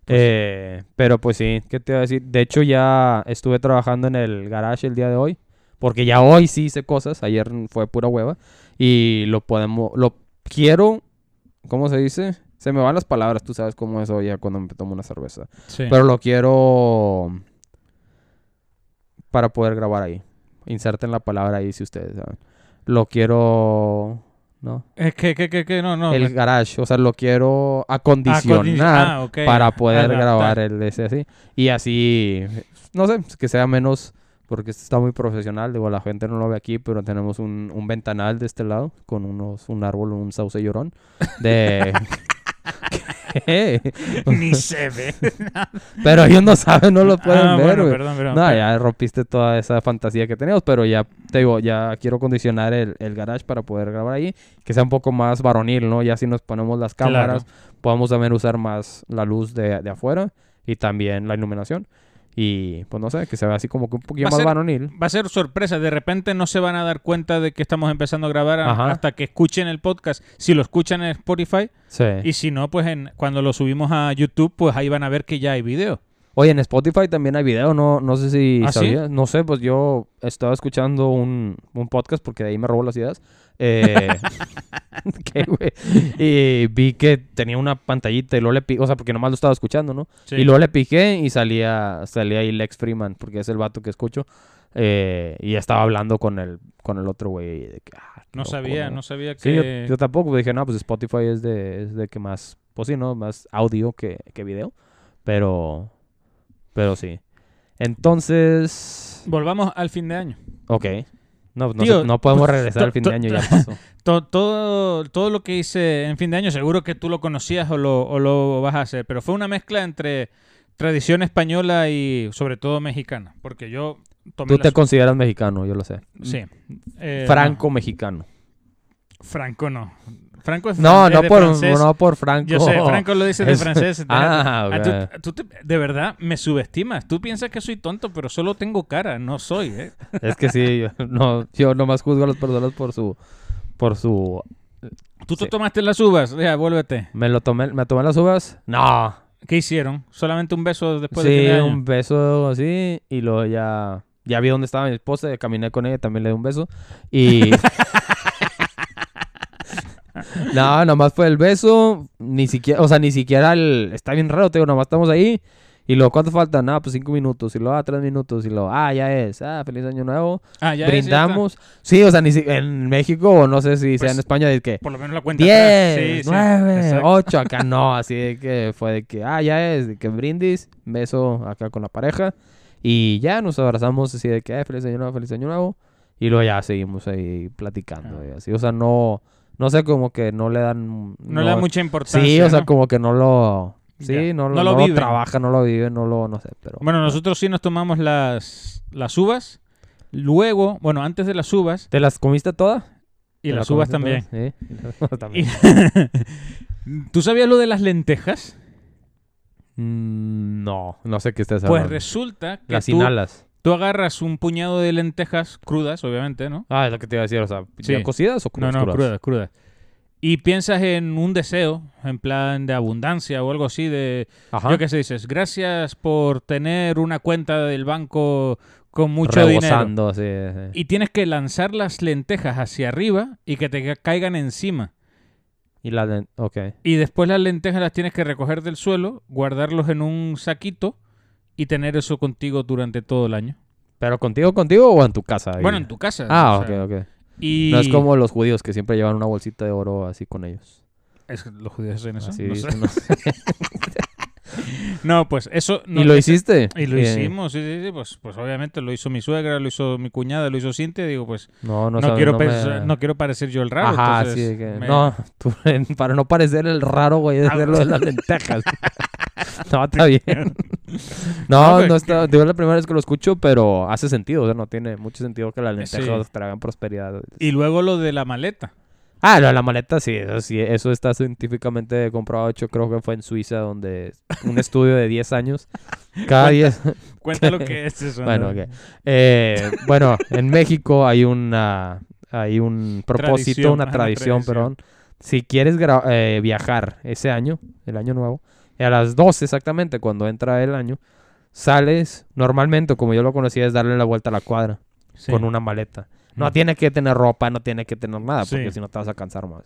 Speaker 2: Pues
Speaker 1: Eh, pero pues sí, ¿qué te iba a decir? De hecho ya estuve trabajando en el garage el día de hoy, porque ya hoy sí hice cosas, ayer fue pura hueva y lo podemos lo quiero ¿cómo se dice? Se me van las palabras, tú sabes cómo es hoy ya cuando me tomo una cerveza.
Speaker 2: Sí.
Speaker 1: Pero lo quiero para poder grabar ahí. Inserten la palabra ahí si ustedes saben. Lo quiero. No.
Speaker 2: Es que, que, que, que no, no.
Speaker 1: el
Speaker 2: me-
Speaker 1: garage. O sea, lo quiero acondicionar
Speaker 2: acondici- ah, ok.
Speaker 1: para poder
Speaker 2: adaptar.
Speaker 1: grabar el de ese así. Y así. No sé, pues, que sea menos. Porque esto está muy profesional. Digo, la gente no lo ve aquí, pero tenemos un, un ventanal de este lado con unos, un árbol, un sauce llorón. De. ¿Qué?
Speaker 2: Ni se ve.
Speaker 1: Pero ellos no saben, no lo pueden
Speaker 2: Ah,
Speaker 1: ver,
Speaker 2: bueno,
Speaker 1: güey.
Speaker 2: perdón, perdón.
Speaker 1: No,
Speaker 2: Pero-
Speaker 1: ya rompiste toda esa fantasía que teníamos, pero ya te digo, ya quiero condicionar el, el garage para poder grabar ahí, que sea un poco más varonil, ¿no? Ya si nos ponemos las
Speaker 2: Claro.
Speaker 1: cámaras, podamos también usar más la luz de, de afuera y también la iluminación. Y pues no sé, que se vea así como que un poquillo
Speaker 2: Va a
Speaker 1: más
Speaker 2: ser-
Speaker 1: varonil.
Speaker 2: Va a ser sorpresa, de repente no se van a dar cuenta de que estamos empezando a grabar a-
Speaker 1: Ajá.
Speaker 2: hasta que escuchen el podcast, si lo escuchan en Spotify
Speaker 1: Sí.
Speaker 2: y si no, pues en, cuando lo subimos a YouTube, pues ahí van a ver que ya hay video.
Speaker 1: Oye, en Spotify también hay video, no, no sé si
Speaker 2: ¿Ah, sí?
Speaker 1: sabías. No sé, pues yo estaba escuchando un, un podcast porque de ahí me robó las ideas. Eh, ¿qué, güey? Y vi que tenía una pantallita y luego le piqué, o sea, porque nomás lo estaba escuchando, ¿no? Y luego le piqué y salía, salía ahí Lex Freeman, porque es el vato que escucho. Eh, y estaba hablando con el, con el otro güey. y de que, ah, qué
Speaker 2: no
Speaker 1: loco,
Speaker 2: sabía, no sabía
Speaker 1: Sí, yo,
Speaker 2: que...
Speaker 1: yo tampoco pues, dije, no, pues Spotify es de, es de que más, pues sí, ¿no? Más audio que, que video. Pero, pero sí. Entonces,
Speaker 2: Volvamos al fin de año.
Speaker 1: ok. No, no,
Speaker 2: Tío,
Speaker 1: sé, no podemos
Speaker 2: pues,
Speaker 1: regresar
Speaker 2: to-
Speaker 1: al fin
Speaker 2: to-
Speaker 1: de año, ya pasó.
Speaker 2: To- todo, todo lo que hice en fin de año, seguro que tú lo conocías o lo, o lo vas a hacer, pero fue una mezcla entre tradición española y sobre todo mexicana, porque yo tomé
Speaker 1: Tú
Speaker 2: la
Speaker 1: te
Speaker 2: su-
Speaker 1: consideras mexicano, yo lo sé.
Speaker 2: Sí. Eh,
Speaker 1: Franco mexicano.
Speaker 2: no, Franco no. Franco es
Speaker 1: No,
Speaker 2: es
Speaker 1: no
Speaker 2: de
Speaker 1: por,
Speaker 2: francés.
Speaker 1: no por Franco.
Speaker 2: Yo sé, Franco lo dice de
Speaker 1: Es-
Speaker 2: francés. de-
Speaker 1: Ah,
Speaker 2: Ah,
Speaker 1: ok.
Speaker 2: tú- tú te- de verdad me subestimas. Tú piensas que soy tonto, pero solo tengo cara, no soy, ¿eh?
Speaker 1: Es que sí, yo, no, yo nomás juzgo a las personas por su, por su...
Speaker 2: Tú te
Speaker 1: Sí.
Speaker 2: tomaste las uvas, ya, vuélvete.
Speaker 1: ¿Me lo tomé, me tomé las uvas? No,
Speaker 2: ¿Qué hicieron? Solamente un beso después Pues, de
Speaker 1: sí,
Speaker 2: fin de año?
Speaker 1: un beso así y luego ya ya vi dónde estaba mi esposa, caminé con ella, también le di un beso y No, nomás fue el beso. Ni siquiera, o sea, ni siquiera el. Está bien raro, te digo, nomás estamos ahí. Y luego, ¿cuánto falta? Nada, pues cinco minutos. Y luego, ah, tres minutos. Y luego, ah, ya es. Ah, feliz año nuevo.
Speaker 2: Ah, ya es, ya está.
Speaker 1: Brindamos. sí, o sea, ni si- en México, o no sé si sea
Speaker 2: Pues,
Speaker 1: en España, de que.
Speaker 2: Por lo menos la cuenta. atrás. Sí,
Speaker 1: Diez,
Speaker 2: sí,
Speaker 1: nueve,
Speaker 2: exacto.
Speaker 1: ocho, acá no. Así de que fue de que, ah, ya es. de que brindis, beso acá con la pareja. Y ya nos abrazamos así de que, eh, feliz año nuevo, feliz año nuevo. Y luego ya seguimos ahí platicando.
Speaker 2: Ah.
Speaker 1: Y así, o sea, no. No sé, como que no le dan.
Speaker 2: No, le da mucha importancia.
Speaker 1: Sí, o sea,
Speaker 2: ¿no?
Speaker 1: como que no lo. Sí,
Speaker 2: Ya.
Speaker 1: no, lo- no
Speaker 2: No lo
Speaker 1: lo,
Speaker 2: viven.
Speaker 1: trabaja, no lo vive, no lo. No sé, pero.
Speaker 2: Bueno, nosotros sí nos tomamos las, las uvas. Luego, bueno, antes de las uvas
Speaker 1: ¿Te las comiste todas?
Speaker 2: y
Speaker 1: ¿Te
Speaker 2: las
Speaker 1: comiste
Speaker 2: uvas también.
Speaker 1: todas? Sí. También.
Speaker 2: Y- ¿Tú sabías lo de las lentejas?
Speaker 1: Mm, No, no sé qué estés
Speaker 2: Pues
Speaker 1: hablando.
Speaker 2: resulta que
Speaker 1: las
Speaker 2: tú,
Speaker 1: inhalas.
Speaker 2: tú agarras un puñado de lentejas crudas, obviamente, ¿no?
Speaker 1: Ah, es lo que te iba a decir, o sea, ¿ya
Speaker 2: Sí.
Speaker 1: cocidas o
Speaker 2: No,
Speaker 1: crudas?
Speaker 2: no,
Speaker 1: crudas?
Speaker 2: crudas, crudas. Y piensas en un deseo, en plan de abundancia o algo así, de,
Speaker 1: Ajá.
Speaker 2: yo qué sé, dices, gracias por tener una cuenta del banco con mucho dinero.
Speaker 1: Rebosando, sí, sí.
Speaker 2: Y tienes que lanzar las lentejas hacia arriba y que te ca- caigan encima.
Speaker 1: Y, la de- Ok.
Speaker 2: Y después las lentejas las tienes que recoger del suelo, guardarlos en un saquito y tener eso contigo durante todo el año.
Speaker 1: ¿Pero contigo, contigo o en tu casa? ahí?
Speaker 2: Bueno, en tu casa.
Speaker 1: Ah,
Speaker 2: o sea,
Speaker 1: ok, ok.
Speaker 2: Y
Speaker 1: No es como los judíos que siempre llevan una bolsita de oro así con ellos.
Speaker 2: Es que los judíos hacen eso.
Speaker 1: Así
Speaker 2: no, sé.
Speaker 1: dicen, no sé.
Speaker 2: No, pues eso... no-
Speaker 1: ¿Y lo
Speaker 2: ese-
Speaker 1: hiciste?
Speaker 2: Y lo
Speaker 1: Eh,
Speaker 2: hicimos, sí, sí, sí, pues, pues obviamente lo hizo mi suegra, lo hizo mi cuñada, lo hizo Cintia, digo, pues
Speaker 1: No, no,
Speaker 2: no,
Speaker 1: sabe,
Speaker 2: quiero
Speaker 1: no me-
Speaker 2: pensar- no quiero parecer yo el raro.
Speaker 1: Ajá,
Speaker 2: entonces,
Speaker 1: sí, de que-
Speaker 2: me-
Speaker 1: No, tú, para no parecer el raro, güey, es
Speaker 2: Ah,
Speaker 1: hacer lo de las lentejas. no, está bien. no,
Speaker 2: pues,
Speaker 1: no está... Digo, es la primera vez que lo escucho, pero hace sentido. O sea, no tiene mucho sentido que las
Speaker 2: Sí.
Speaker 1: lentejas traigan prosperidad.
Speaker 2: Y luego lo de la maleta.
Speaker 1: Ah, lo de la maleta, sí eso, sí. eso está científicamente comprobado. Yo creo que fue en Suiza, donde un estudio de 10 años. Cada 10...
Speaker 2: Cuenta lo que es eso.
Speaker 1: Bueno,
Speaker 2: ¿no?
Speaker 1: ok. Eh, bueno, en México hay una hay un propósito,
Speaker 2: Tradición,
Speaker 1: una
Speaker 2: ajá,
Speaker 1: tradición,
Speaker 2: tradición.
Speaker 1: perdón. Si quieres gra- eh, viajar ese año, el año nuevo, a las 12 exactamente, cuando entra el año, sales, normalmente, como yo lo conocía, es darle la vuelta a la cuadra
Speaker 2: Sí.
Speaker 1: con una maleta. No
Speaker 2: Ujú.
Speaker 1: tiene que tener ropa, no tiene que tener nada, porque
Speaker 2: Sí.
Speaker 1: si no te vas a cansar más.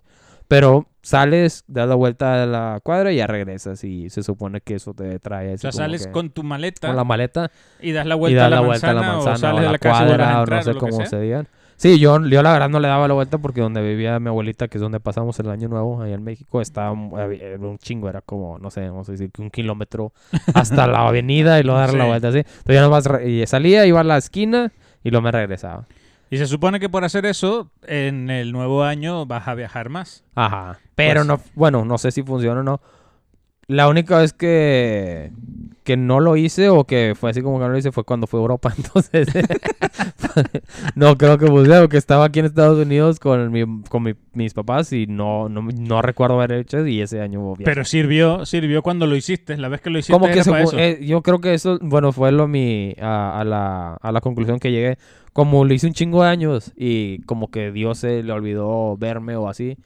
Speaker 1: Pero sales, das la vuelta a la cuadra y ya regresas y se supone que eso te trae...
Speaker 2: O sea, sales con tu maleta.
Speaker 1: con la maleta
Speaker 2: Y das la
Speaker 1: y
Speaker 2: vuelta,
Speaker 1: da
Speaker 2: a, la
Speaker 1: la vuelta a la
Speaker 2: manzana,
Speaker 1: manzana
Speaker 2: o sales de
Speaker 1: a
Speaker 2: la
Speaker 1: la
Speaker 2: casa y vuelves
Speaker 1: cuadra
Speaker 2: a
Speaker 1: o no
Speaker 2: entrar,
Speaker 1: sé
Speaker 2: o lo que
Speaker 1: cómo
Speaker 2: sea.
Speaker 1: se digan. Sí, yo, yo la verdad no le daba la vuelta porque donde vivía mi abuelita, que es donde pasamos el año nuevo allá en México, estaba mu- había- era un chingo, era como, no sé, vamos a decir que un kilómetro hasta la avenida y luego dar la
Speaker 2: Sí.
Speaker 1: vuelta así. Entonces yo nomás re- y salía, iba a la esquina y luego me regresaba.
Speaker 2: Y se supone que por hacer eso, en el nuevo año vas a viajar más.
Speaker 1: Ajá. Pero
Speaker 2: Pues-
Speaker 1: no, bueno, no sé si funciona o no. La única vez que, que no lo hice o que fue así como que no lo hice fue cuando fue a Europa. Entonces, no creo que funcione, porque estaba aquí en Estados Unidos con, mi- con mi- mis papás y no, no, no recuerdo haber hecho eso y ese año hubo viaje.
Speaker 2: Pero sirvió, sirvió cuando lo hiciste, la vez que lo hiciste
Speaker 1: como que
Speaker 2: era
Speaker 1: se
Speaker 2: para
Speaker 1: fu-
Speaker 2: eso.
Speaker 1: eh, yo creo que eso, bueno, fue lo mi, a, a la, a la conclusión que llegué. Como lo hice un chingo de años y como que Dios se le olvidó verme o así.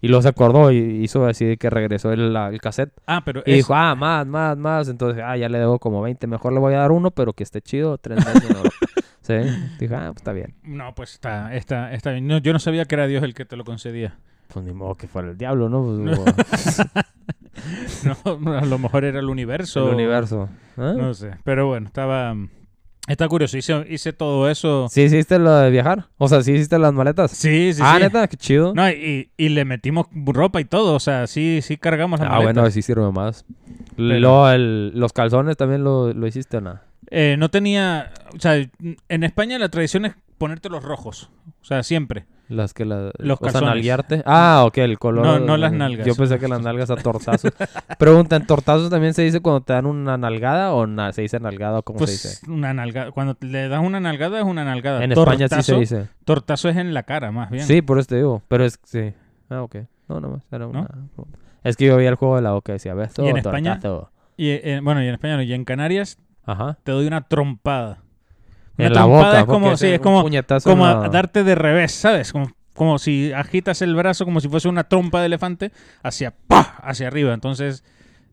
Speaker 1: Y luego se acordó y hizo así de que regresó el, la- el cassette.
Speaker 2: Ah, pero
Speaker 1: Y
Speaker 2: es-
Speaker 1: dijo, ah, más, más, más. Entonces, ah, ya le debo como 20. Mejor le voy a dar uno, pero que esté chido. Tres meses, ¿no? Sí. Dije, ah, pues está bien.
Speaker 2: no, pues está, está, está bien. No, yo no sabía que era Dios el que te lo concedía.
Speaker 1: Pues ni modo que fuera el diablo, ¿no? Pues, o-
Speaker 2: No, a lo mejor era el universo.
Speaker 1: el universo. ¿Ah?
Speaker 2: No sé, pero bueno, estaba... mm, Está curioso, hice, hice todo eso.
Speaker 1: ¿Sí hiciste lo de viajar? O sea, ¿sí hiciste las maletas?
Speaker 2: Sí, sí,
Speaker 1: ah,
Speaker 2: sí.
Speaker 1: neta, qué chido.
Speaker 2: No, y, y le metimos ropa y todo, o sea, sí, sí cargamos la
Speaker 1: Ah,
Speaker 2: maleta.
Speaker 1: bueno, sí sirve más.
Speaker 2: Pero-
Speaker 1: Luego, el- los calzones también lo, lo hiciste o no.
Speaker 2: Eh, no tenía. O sea, en España la tradición es ponerte los rojos. O sea, siempre.
Speaker 1: Las que la,
Speaker 2: Los
Speaker 1: o sea,
Speaker 2: calzones.
Speaker 1: nalguearte. Ah, ok, el color.
Speaker 2: No, no las nalgas.
Speaker 1: Yo pensé que las nalgas a tortazos. Preguntan, ¿tortazos también se dice cuando te dan una nalgada o na- se dice nalgada o cómo
Speaker 2: Pues
Speaker 1: se dice?
Speaker 2: una nalgada. Cuando le das una nalgada es una nalgada.
Speaker 1: En
Speaker 2: Tortazo-
Speaker 1: España sí se dice.
Speaker 2: Tortazo es en la cara, más bien.
Speaker 1: Sí, por eso te digo. Pero es sí. Ah, ok. No, no más. Era
Speaker 2: ¿No?
Speaker 1: una... Es que yo veía el juego de la boca y decía, ¿ves?
Speaker 2: ¿Y en España?
Speaker 1: tortazo".
Speaker 2: Y, eh, bueno, y en España no. Y en Canarias
Speaker 1: Ajá.
Speaker 2: te doy una trompada. Una
Speaker 1: En la
Speaker 2: trompada
Speaker 1: boca.
Speaker 2: es como,
Speaker 1: porque
Speaker 2: sí, es
Speaker 1: un
Speaker 2: como,
Speaker 1: puñetazo en
Speaker 2: como a-
Speaker 1: la-
Speaker 2: darte de revés, ¿sabes? Como, como si agitas el brazo como si fuese una trompa de elefante hacia, ¡pah! hacia arriba. Entonces,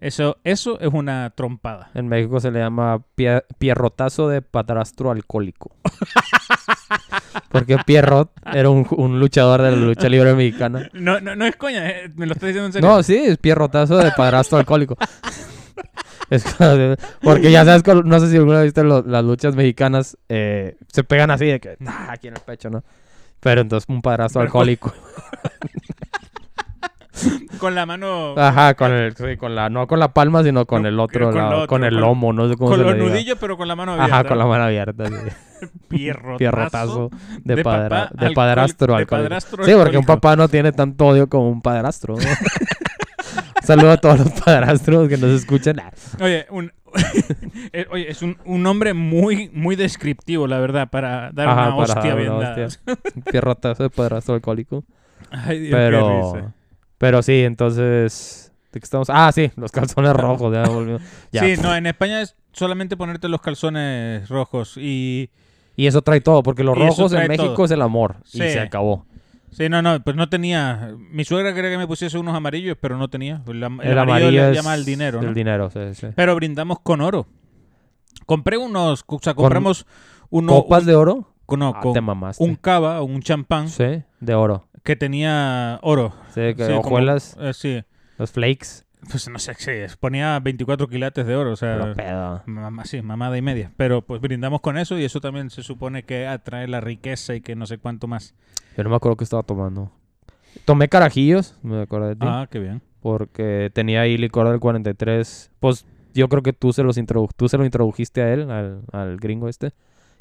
Speaker 2: eso, eso es una trompada.
Speaker 1: En México se le llama pie- pierrotazo de padrastro alcohólico. Porque Pierrot era un, un luchador de la lucha libre mexicana.
Speaker 2: No, no, no es coña, eh, me lo estás diciendo en serio.
Speaker 1: No, sí, es Pierrotazo de padrastro alcohólico. Es cuando- porque ya sabes, cuál- no sé si alguna vez viste lo- las luchas mexicanas, eh, se pegan así de que, ah, aquí en el pecho, ¿no? Pero entonces un padrastro
Speaker 2: Pero-
Speaker 1: alcohólico.
Speaker 2: Con la mano.
Speaker 1: Ajá, con el, sí, con la, no con la palma, sino con
Speaker 2: No,
Speaker 1: el otro
Speaker 2: con lo
Speaker 1: lado,
Speaker 2: otro,
Speaker 1: con el
Speaker 2: con-
Speaker 1: lomo, no sé cómo
Speaker 2: con
Speaker 1: se
Speaker 2: los
Speaker 1: le diga.
Speaker 2: nudillos, pero con la mano abierta.
Speaker 1: Ajá, con la mano abierta, sí.
Speaker 2: Pierrotazo.
Speaker 1: Pierrotazo de,
Speaker 2: de
Speaker 1: padra-
Speaker 2: papá
Speaker 1: de
Speaker 2: alcohol-
Speaker 1: padrastro
Speaker 2: de
Speaker 1: alcohólico.
Speaker 2: padrastro
Speaker 1: Sí, porque un
Speaker 2: alcohólico.
Speaker 1: papá no tiene tanto odio como un padrastro. ¿no? Saludo a todos los padrastros que nos escuchan. Ah,
Speaker 2: Oye, un, eh, oye, es un, un nombre muy, muy descriptivo, la verdad, para dar
Speaker 1: Ajá,
Speaker 2: una
Speaker 1: para
Speaker 2: hostia
Speaker 1: dar
Speaker 2: bien
Speaker 1: una
Speaker 2: dada.
Speaker 1: Pierrotazo de padrastro alcohólico.
Speaker 2: Ay, Dios, qué
Speaker 1: Pero,
Speaker 2: risa.
Speaker 1: pero sí, entonces. ¿De qué estamos? Ah, sí, los calzones rojos. Ya, volvió. Ya. pues.
Speaker 2: Sí, no, en España es solamente ponerte los calzones rojos y...
Speaker 1: Y eso trae todo, porque los
Speaker 2: Y eso
Speaker 1: rojos en
Speaker 2: trae
Speaker 1: México
Speaker 2: todo.
Speaker 1: es el amor.
Speaker 2: Sí.
Speaker 1: Y se acabó.
Speaker 2: Sí, no, no, pues no tenía... Mi suegra quería que me pusiese unos amarillos, pero no tenía. El, am- el
Speaker 1: El,
Speaker 2: amarillo,
Speaker 1: amarillo
Speaker 2: le
Speaker 1: es
Speaker 2: llama al dinero, ¿no?
Speaker 1: El dinero, sí, sí.
Speaker 2: Pero brindamos con oro. Compré unos... O sea,
Speaker 1: Con-
Speaker 2: compramos uno...
Speaker 1: ¿Copas de oro?
Speaker 2: un- no,
Speaker 1: Ah,
Speaker 2: con
Speaker 1: te mamaste.
Speaker 2: un cava, un champán
Speaker 1: Sí, de oro.
Speaker 2: que tenía oro.
Speaker 1: Sí, que
Speaker 2: Sí, como-
Speaker 1: hojuelas,
Speaker 2: eh, sí.
Speaker 1: los flakes.
Speaker 2: Pues no sé, sí, ponía 24 quilates de oro, o sea...
Speaker 1: Puro pedo.
Speaker 2: Mamá, sí, mamada y media. Pero pues brindamos con eso y eso también se supone que atrae la riqueza y que no sé cuánto más.
Speaker 1: Yo no me acuerdo qué estaba tomando. Tomé carajillos, me acuerdo de ti.
Speaker 2: Ah, qué bien.
Speaker 1: Porque tenía ahí licor del 43. Pues yo creo que tú se, los introdu- tú se lo introdujiste a él, al, al gringo este.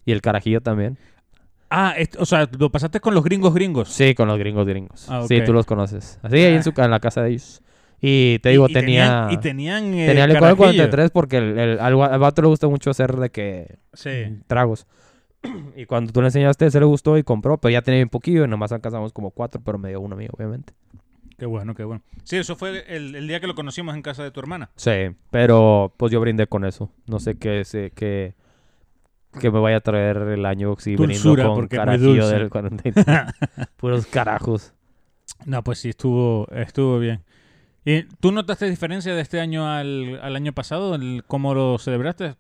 Speaker 1: Y el carajillo también.
Speaker 2: Ah, est- o sea, lo pasaste con los gringos gringos.
Speaker 1: Sí, con los gringos gringos.
Speaker 2: Ah,
Speaker 1: Sí,
Speaker 2: ok.
Speaker 1: tú los conoces. Así ahí en, su, ca- en la casa de ellos. Y te digo,
Speaker 2: Y- y
Speaker 1: tenía...
Speaker 2: tenían- Y tenían. eh,
Speaker 1: Tenía licor del
Speaker 2: carajillo.
Speaker 1: 43 porque el, el- al, gua- al vato le gusta mucho hacer de que
Speaker 2: Sí.
Speaker 1: tragos. Y cuando tú le enseñaste, se le gustó y compró, pero ya tenía un poquillo y nomás alcanzamos como cuatro, pero me dio uno mío, obviamente.
Speaker 2: Qué bueno, qué bueno. Sí, eso fue el, el día que lo conocimos en casa de tu hermana.
Speaker 1: Sí, pero pues yo brindé con eso. No sé qué sé qué que me vaya a traer el año si
Speaker 2: Dulzura,
Speaker 1: brindo con
Speaker 2: porque es muy
Speaker 1: carajillo
Speaker 2: dulce.
Speaker 1: del 43. Puros carajos.
Speaker 2: No, pues sí, estuvo, estuvo bien. ¿Y tú notaste diferencia de este año al, al año pasado? El, ¿Cómo lo celebraste?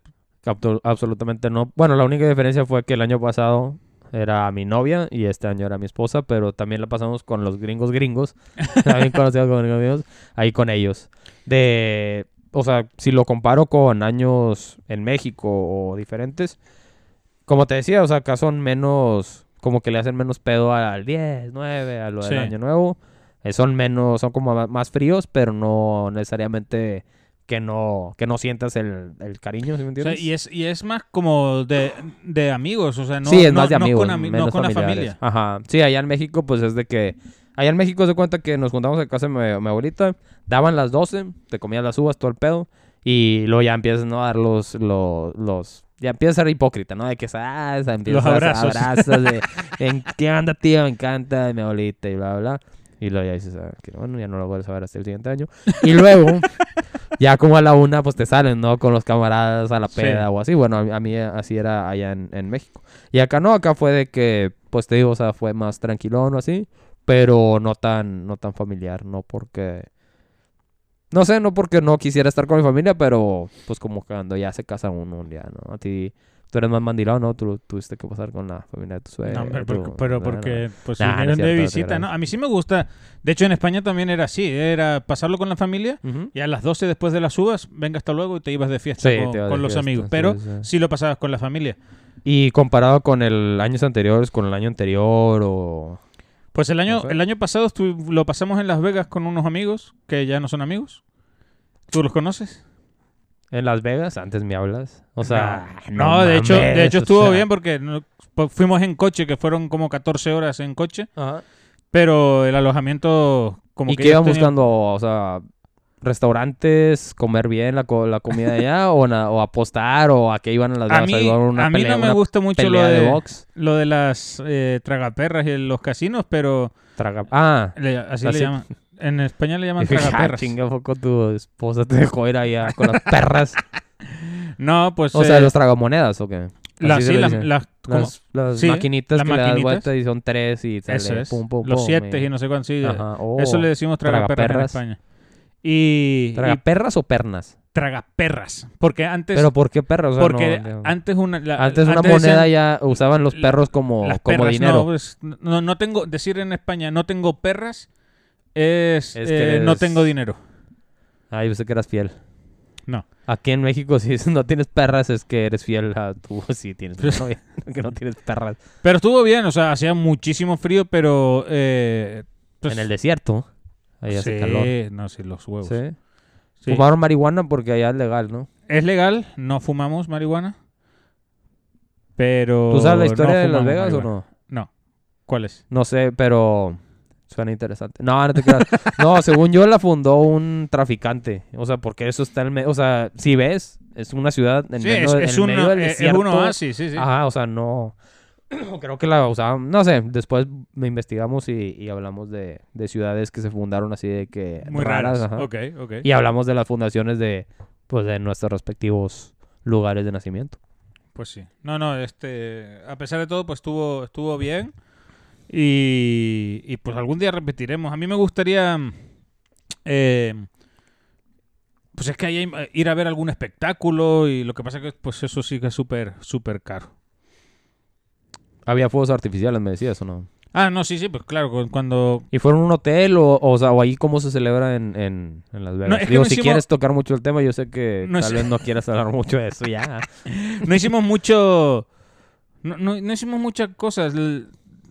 Speaker 1: Abtu- absolutamente no. Bueno, la única diferencia fue que el año pasado era mi novia y este año era mi esposa, pero también la pasamos con los gringos gringos, también conocidos como gringos gringos, ahí con ellos. De, o sea, si lo comparo con años en México o diferentes, como te decía, o sea, acá son menos, como que le hacen menos pedo al 10, 9, a lo del
Speaker 2: Sí.
Speaker 1: año nuevo. Eh, son menos, son como ma- más fríos, pero no necesariamente que no, que no sientas el, el cariño, ¿sí me
Speaker 2: O sea,
Speaker 1: entiendes?
Speaker 2: y, es, y es más como de, de amigos, o sea, no,
Speaker 1: sí, es
Speaker 2: no-
Speaker 1: más de
Speaker 2: no
Speaker 1: amigos,
Speaker 2: con, ami- no
Speaker 1: menos
Speaker 2: con la
Speaker 1: familiares.
Speaker 2: familia.
Speaker 1: Ajá. Sí, allá en México, pues es de que... Allá en México se cuenta que nos juntamos en casa de mi, mi abuelita, daban las 12, te comías las uvas, todo el pedo, y luego ya empiezas ¿no? a dar los... los, los- ya empiezas a ser hipócrita, ¿no? De que ah, esa- empiezas
Speaker 2: abrazos.
Speaker 1: abrazos de... en, ¿Qué onda, tío? Me encanta mi abuelita y bla, bla, bla. Y luego ya dices, ah, que bueno, ya no lo vuelves a ver hasta el siguiente año. Y luego, ya como a la una, pues te salen, ¿no? Con los camaradas a la
Speaker 2: Sí.
Speaker 1: peda o así. Bueno, a a mí así era allá en, en México. Y acá no, acá fue de que, pues te digo, o sea, fue más tranquilón o así. Pero no tan, no tan familiar, no porque... No sé, no porque no quisiera estar con mi familia, pero pues como cuando ya se casa uno, ya, ¿no? A ti, tú eres más mandilado, ¿no? Tú tuviste que pasar con la familia de tu suegra.
Speaker 2: No, hombre,
Speaker 1: tu-
Speaker 2: porque- pero
Speaker 1: bueno,
Speaker 2: porque pues
Speaker 1: Nah, no es
Speaker 2: vinieron de
Speaker 1: cierto, no te
Speaker 2: visita,
Speaker 1: creas.
Speaker 2: ¿no? A mí sí me gusta. De hecho, en España también era así. Era pasarlo con la familia
Speaker 1: Ujú.
Speaker 2: y a las 12 después de las uvas, venga hasta luego y te ibas de fiesta
Speaker 1: Sí,
Speaker 2: con,
Speaker 1: te vas
Speaker 2: con
Speaker 1: de
Speaker 2: los
Speaker 1: fiesta,
Speaker 2: amigos.
Speaker 1: sí,
Speaker 2: Pero
Speaker 1: sí.
Speaker 2: sí lo pasabas con la familia.
Speaker 1: Y comparado con el años anteriores, con el año anterior o...
Speaker 2: Pues el año,
Speaker 1: No sé.
Speaker 2: el año pasado estu- lo pasamos en Las Vegas con unos amigos que ya no son amigos. ¿Tú los conoces?
Speaker 1: En Las Vegas, antes me hablas. O sea...
Speaker 2: Ah, no, de hecho,
Speaker 1: mames,
Speaker 2: de hecho
Speaker 1: o
Speaker 2: estuvo
Speaker 1: sea.
Speaker 2: bien porque no- fu- fuimos en coche, que fueron como 14 horas en coche,
Speaker 1: Ajá.
Speaker 2: pero el alojamiento como
Speaker 1: ¿Y
Speaker 2: que
Speaker 1: qué
Speaker 2: ellos
Speaker 1: iban
Speaker 2: tenían-
Speaker 1: buscando? O sea, restaurantes, comer bien la, co- la comida de allá o, na- o apostar o a qué iban a las
Speaker 2: A
Speaker 1: Vegas?
Speaker 2: mí,
Speaker 1: ¿A iban a una
Speaker 2: a mí
Speaker 1: pelea,
Speaker 2: no me
Speaker 1: una
Speaker 2: gusta mucho lo
Speaker 1: pelea
Speaker 2: de,
Speaker 1: de box.
Speaker 2: lo de las eh, tragaperras y los casinos, pero
Speaker 1: Traga... Ah,
Speaker 2: le- así
Speaker 1: Así-
Speaker 2: le llaman. En España le llaman
Speaker 1: dije, "Ah,
Speaker 2: tragaperras.
Speaker 1: chinga, poco tu esposa te dejó ir allá con las perras.
Speaker 2: No, pues
Speaker 1: O sea,
Speaker 2: eh,
Speaker 1: los tragamonedas o qué.
Speaker 2: las-
Speaker 1: así se
Speaker 2: sí,
Speaker 1: le
Speaker 2: las,
Speaker 1: dicen.
Speaker 2: las- como-
Speaker 1: Las, las
Speaker 2: Sí,
Speaker 1: maquinitas
Speaker 2: las
Speaker 1: que le das
Speaker 2: maquinitas.
Speaker 1: vuelta y son tres y sale
Speaker 2: eso es.
Speaker 1: pum, pum,
Speaker 2: los
Speaker 1: pum,
Speaker 2: siete y no sé cuánto. sí,
Speaker 1: Ajá, oh.
Speaker 2: Eso le decimos tragaperras en
Speaker 1: tragaperras.
Speaker 2: España. Y, y
Speaker 1: ¿Tragaperras o pernas?
Speaker 2: tragaperras. Porque antes.
Speaker 1: Pero ¿por qué perros? O sea,
Speaker 2: porque
Speaker 1: no, ya-
Speaker 2: antes una. la-
Speaker 1: antes una
Speaker 2: decían-
Speaker 1: moneda ya usaban los
Speaker 2: la-
Speaker 1: perros como,
Speaker 2: las
Speaker 1: como
Speaker 2: perras, No,
Speaker 1: dinero.
Speaker 2: pues, no, no tengo. Decir en España, no tengo perras, es.
Speaker 1: Es que
Speaker 2: eh, No
Speaker 1: eres-
Speaker 2: tengo dinero.
Speaker 1: Ay, yo sé que eras fiel.
Speaker 2: No.
Speaker 1: Aquí en México si dices no tienes perras es que eres fiel a tu si tienes
Speaker 2: Pues
Speaker 1: una novia, que no tienes perras
Speaker 2: Pero estuvo bien, o sea, hacía muchísimo frío, pero. eh, pues,
Speaker 1: en el desierto. Ahí hace
Speaker 2: sí,
Speaker 1: calor.
Speaker 2: no, sí, los huevos.
Speaker 1: Sí.
Speaker 2: Sí.
Speaker 1: Fumaron marihuana porque allá es legal, ¿no?
Speaker 2: Es legal, no fumamos marihuana. Pero.
Speaker 1: ¿Tú sabes la historia
Speaker 2: Oh, no
Speaker 1: de Las
Speaker 2: fumamos
Speaker 1: Vegas
Speaker 2: marihuana.
Speaker 1: o no?
Speaker 2: No. ¿Cuál es?
Speaker 1: No sé, pero suena interesante. No, no te creas. no, según yo la fundó un traficante. O sea, porque eso está en medio. O sea, si ves, es una ciudad en
Speaker 2: sí,
Speaker 1: medio,
Speaker 2: es,
Speaker 1: en
Speaker 2: es,
Speaker 1: medio
Speaker 2: una- eh,
Speaker 1: del
Speaker 2: es- es
Speaker 1: desierto. Ah,
Speaker 2: un oasis, sí, sí.
Speaker 1: Ajá, o sea, no. Creo que la usaban. No sé, después me investigamos y, y hablamos de, de ciudades que se fundaron así de que.
Speaker 2: Muy raras.
Speaker 1: ajá.
Speaker 2: Ok, ok.
Speaker 1: Y hablamos de las fundaciones de, pues, de nuestros respectivos lugares de nacimiento.
Speaker 2: Pues sí. No, no, este. A pesar de todo, pues estuvo, estuvo bien. Y, y, pues algún día repetiremos. A mí me gustaría. eh, pues es que ahí hay- ir a ver algún espectáculo. Y lo que pasa que, pues eso sí que es súper, súper caro.
Speaker 1: Había fuegos artificiales, me decías, ¿o no?
Speaker 2: Ah, no, sí, sí, pues claro, cu- cuando.
Speaker 1: ¿Y fueron a un hotel o, o, sea, o ahí cómo se celebra en, en, en Las Vegas?
Speaker 2: es que
Speaker 1: Digo,
Speaker 2: no
Speaker 1: si
Speaker 2: hicimos-
Speaker 1: quieres tocar mucho el tema, yo sé que
Speaker 2: No
Speaker 1: tal
Speaker 2: hici-
Speaker 1: vez no quieras hablar mucho de eso ya.
Speaker 2: No hicimos mucho. No, no- no hicimos muchas cosas. L-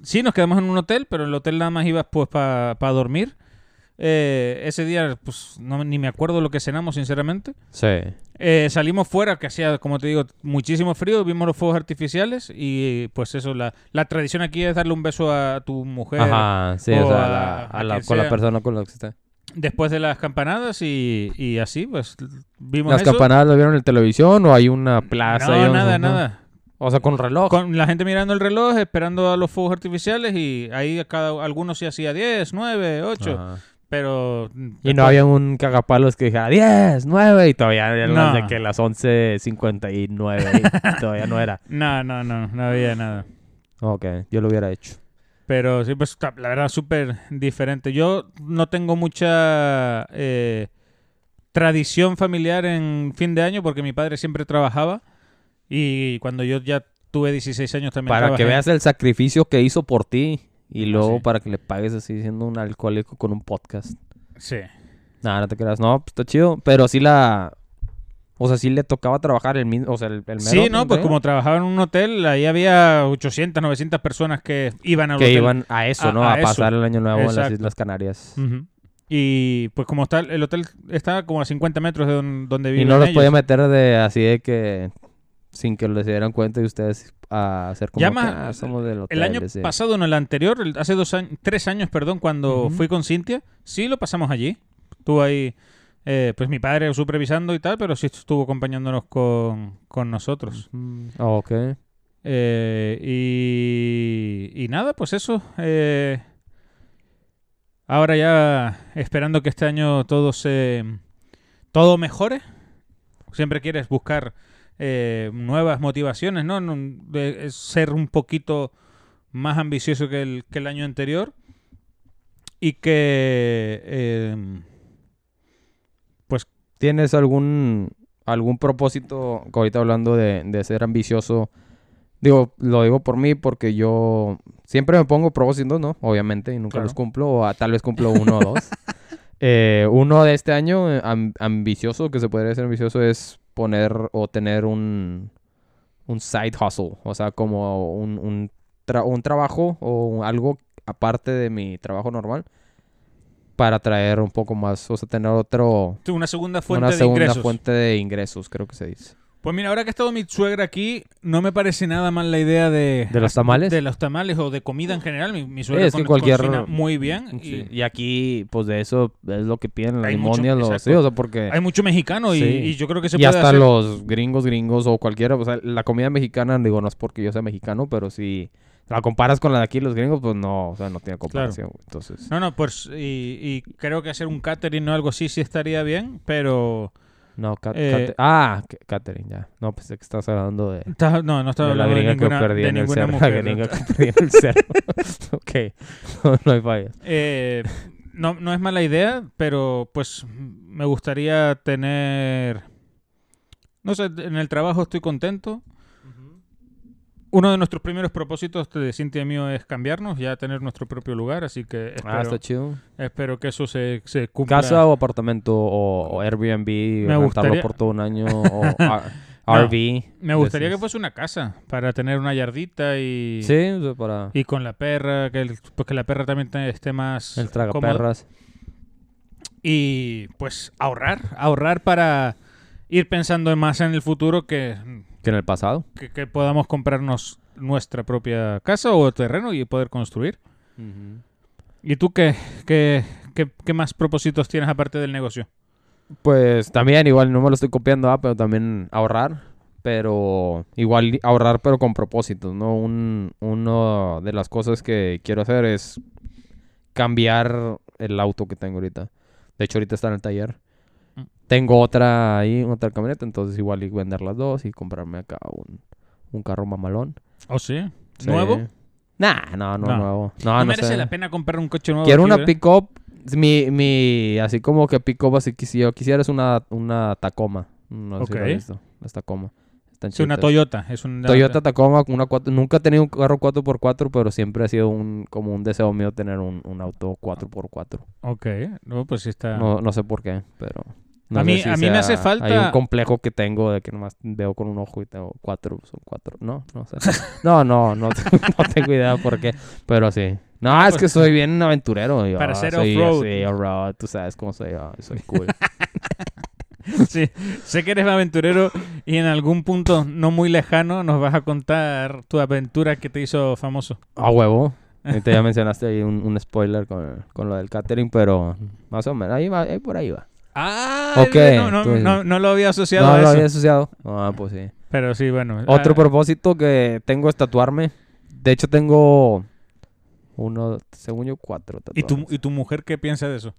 Speaker 2: Sí, nos quedamos en un hotel, pero el hotel nada más ibas pues para dormir. Eh, ese día, pues no, ni me acuerdo lo que cenamos, sinceramente.
Speaker 1: Sí.
Speaker 2: Eh, salimos fuera, que hacía, como te digo, muchísimo frío, vimos los fuegos artificiales y pues eso, la, la tradición aquí es darle un beso a tu mujer
Speaker 1: Ajá, sí,
Speaker 2: o
Speaker 1: o sea,
Speaker 2: a-
Speaker 1: la- a
Speaker 2: a
Speaker 1: la-
Speaker 2: quien
Speaker 1: con la
Speaker 2: sea.
Speaker 1: persona con la que está.
Speaker 2: después de las campanadas y, y así, pues vimos
Speaker 1: ¿Las
Speaker 2: eso.
Speaker 1: campanadas las vieron en televisión o hay una plaza?
Speaker 2: no,
Speaker 1: y un-
Speaker 2: nada,
Speaker 1: no?
Speaker 2: nada.
Speaker 1: O sea, con reloj.
Speaker 2: Con la gente mirando el reloj, esperando a los fuegos artificiales y ahí a cada algunos sí hacía 10, 9, 8,
Speaker 1: Ajá.
Speaker 2: pero... mm,
Speaker 1: Y
Speaker 2: después-
Speaker 1: no había un cagapalos que dijera 10, 9 y todavía eran las
Speaker 2: No.
Speaker 1: de que las 11.59 y todavía no era.
Speaker 2: No, no, no, no había nada.
Speaker 1: Ok, yo lo hubiera hecho.
Speaker 2: Pero sí, pues ta- la verdad, súper diferente. Yo no tengo mucha eh, tradición familiar en fin de año porque mi padre siempre trabajaba y cuando yo ya tuve 16 años también
Speaker 1: Para que
Speaker 2: trabajé.
Speaker 1: veas el sacrificio que hizo por ti y
Speaker 2: Ah,
Speaker 1: luego
Speaker 2: sí.
Speaker 1: para que le pagues así siendo un alcohólico con un podcast.
Speaker 2: Sí.
Speaker 1: Nada, no te creas. No, pues está chido. Pero sí la... O sea, sí le tocaba trabajar el mismo... O sea, el, el mero ¿eh?
Speaker 2: Sí, no, pues
Speaker 1: día
Speaker 2: como trabajaba en un hotel, ahí había 800, 900 personas que iban al
Speaker 1: Que
Speaker 2: hotel.
Speaker 1: iban a eso,
Speaker 2: a-
Speaker 1: ¿no?
Speaker 2: Ah, a
Speaker 1: A,
Speaker 2: eso.
Speaker 1: pasar el año nuevo en las
Speaker 2: Exacto.
Speaker 1: Islas Canarias.
Speaker 2: Ujú. Y pues como está, el hotel está como a 50 metros de don- donde
Speaker 1: Y
Speaker 2: viven
Speaker 1: no los
Speaker 2: ellos.
Speaker 1: podía meter de así de que... Sin que les dieran cuenta y ustedes a hacer como
Speaker 2: Ya
Speaker 1: que,
Speaker 2: más-
Speaker 1: "Ah, somos del hotel.
Speaker 2: El año
Speaker 1: así.
Speaker 2: pasado, no, el anterior, el- hace dos años, tres años, perdón, cuando
Speaker 1: Ujú.
Speaker 2: fui con Cintia, sí lo pasamos allí. Estuvo ahí, eh, pues mi padre supervisando y tal, pero sí estuvo acompañándonos con, con nosotros.
Speaker 1: Mm, Ok.
Speaker 2: Eh, y, y nada, pues eso. eh, ahora ya esperando que este año todo se todo mejore. Siempre quieres buscar eh, nuevas motivaciones, ¿no? No, de- es ser un poquito más ambicioso que el, que el año anterior. Y que eh,
Speaker 1: ¿Tienes algún, algún propósito, que ahorita hablando de, de ser ambicioso? Digo, lo digo por mí porque yo siempre me pongo propósitos, ¿no? Obviamente, y nunca
Speaker 2: Claro.
Speaker 1: los cumplo, o a- tal vez cumplo uno o dos. Eh, uno de este año, eh, am- ambicioso, que se podría decir ambicioso, es poner o tener un, un side hustle, o sea, como un, un, tra- un trabajo o un- algo aparte de mi trabajo normal para traer un poco más, o sea, tener otro,
Speaker 2: una segunda fuente
Speaker 1: una
Speaker 2: de
Speaker 1: segunda
Speaker 2: ingresos.
Speaker 1: fuente de ingresos, creo que se dice.
Speaker 2: Pues mira, ahora que ha estado mi suegra aquí, no me parece nada mal la idea de,
Speaker 1: ¿De los tamales?
Speaker 2: de los tamales o de comida en general. Mi, mi suegra
Speaker 1: Es que
Speaker 2: co-
Speaker 1: cualquier- Mm,
Speaker 2: cocina muy bien. Y
Speaker 1: Sí. Y aquí, pues de eso es lo que piden las
Speaker 2: Hay mucho-
Speaker 1: limonias, los,
Speaker 2: exacto.
Speaker 1: sí, o sea, porque...
Speaker 2: Hay mucho mexicano y,
Speaker 1: Sí.
Speaker 2: y yo creo que se
Speaker 1: y
Speaker 2: puede
Speaker 1: hasta
Speaker 2: hacer.
Speaker 1: los gringos, gringos o cualquiera, o sea, la comida mexicana, digo, no es porque yo sea mexicano, pero si la comparas con la de aquí, los gringos, pues no, o sea, no tiene comparación, güey. entonces...
Speaker 2: No, no, pues y, y creo que hacer un catering o algo así sí estaría bien, pero...
Speaker 1: No, ca-
Speaker 2: Eh,
Speaker 1: cate- ah, ca- Catherine, ya. No, pensé que estás hablando de,
Speaker 2: está- No, no estaba
Speaker 1: de la
Speaker 2: hablando de
Speaker 1: gringa que
Speaker 2: ninguna,
Speaker 1: perdí
Speaker 2: de
Speaker 1: en el
Speaker 2: ninguna
Speaker 1: cerro. La
Speaker 2: mujer.
Speaker 1: gringa que perdí en el cerro. ok, no, no hay fallas.
Speaker 2: Eh, no, no es mala idea, pero pues me gustaría tener No sé, en el trabajo estoy contento. Uno de nuestros primeros propósitos de Cintia y mío es cambiarnos, ya tener nuestro propio lugar, así que espero,
Speaker 1: Ah, está chido.
Speaker 2: espero que eso se, se cumpla.
Speaker 1: Casa o apartamento o, o Airbnb, rentarlo
Speaker 2: gustaría-
Speaker 1: por todo un año o a-
Speaker 2: No,
Speaker 1: RV.
Speaker 2: Me gustaría que
Speaker 1: Entonces,
Speaker 2: fuese una casa para tener una yardita y,
Speaker 1: Sí, o sea, para
Speaker 2: y con la perra, que, el- pues que la perra también te- esté más
Speaker 1: el
Speaker 2: cómoda.
Speaker 1: tragaperras.
Speaker 2: Y pues ahorrar, ahorrar para ir pensando más en el futuro que,
Speaker 1: Que en el pasado.
Speaker 2: que, que podamos comprarnos nuestra propia casa o terreno y poder construir. ¿Y tú qué, qué, qué, qué más propósitos tienes aparte del negocio?
Speaker 1: Pues también, igual no me lo estoy copiando, ah, pero también ahorrar. Pero igual ahorrar, pero con propósitos, ¿no? Un, una de las cosas que quiero hacer es cambiar el auto que tengo ahorita. De hecho, ahorita está en el taller.
Speaker 2: Mm.
Speaker 1: Tengo otra ahí, otra camioneta, entonces igual y vender las dos y comprarme acá un, un carro mamalón.
Speaker 2: ¿Oh, sí?
Speaker 1: Sí.
Speaker 2: ¿Nuevo?
Speaker 1: Nah, no, no,
Speaker 2: No.
Speaker 1: nuevo.
Speaker 2: No,
Speaker 1: No, no,
Speaker 2: merece
Speaker 1: sé.
Speaker 2: la pena comprar un coche nuevo.
Speaker 1: Quiero
Speaker 2: aquí,
Speaker 1: una
Speaker 2: ¿verdad?
Speaker 1: pick-up. Mi, mi, así como que pick-up, así que si yo quisiera es una, una Tacoma. No sé si lo
Speaker 2: Ok.
Speaker 1: has visto. Las Tacoma. Están
Speaker 2: Sí, una
Speaker 1: chiquitas.
Speaker 2: Toyota. Es una
Speaker 1: Toyota Tacoma, una cuatro- nunca he tenido un carro 4x4, pero siempre ha sido un, como un deseo mío tener un, un auto 4x4.
Speaker 2: Ok, no, pues sí está.
Speaker 1: No, no sé por qué, pero... no
Speaker 2: A
Speaker 1: sé
Speaker 2: mí- a mí me hace
Speaker 1: Hay
Speaker 2: falta-
Speaker 1: un complejo que tengo de que nomás veo con un ojo y tengo cuatro, son cuatro. No, no sé. No, no, no, te- no tengo idea por qué, pero sí. No, es
Speaker 2: Pues-
Speaker 1: que soy bien aventurero. Yo,
Speaker 2: Para ser
Speaker 1: soy
Speaker 2: off-road.
Speaker 1: así, off-road, tú sabes cómo soy yo, soy cool.
Speaker 2: Sí, sé que eres aventurero y en algún punto no muy lejano nos vas a contar tu aventura que te hizo famoso.
Speaker 1: A huevo. Ahorita ya mencionaste ahí un, un spoiler con, con lo del catering, pero más o menos, ahí va, ahí por ahí va.
Speaker 2: Ah,
Speaker 1: Ok,
Speaker 2: no, no,
Speaker 1: entonces-
Speaker 2: no- no lo había asociado
Speaker 1: No
Speaker 2: a
Speaker 1: lo
Speaker 2: eso.
Speaker 1: había asociado. Ah, pues sí.
Speaker 2: Pero sí, bueno.
Speaker 1: Otro
Speaker 2: ah,
Speaker 1: propósito que tengo es tatuarme. De hecho, tengo uno, según yo, cuatro
Speaker 2: ¿y, tu,
Speaker 1: tatuajes.
Speaker 2: ¿Y tu mujer qué piensa de eso?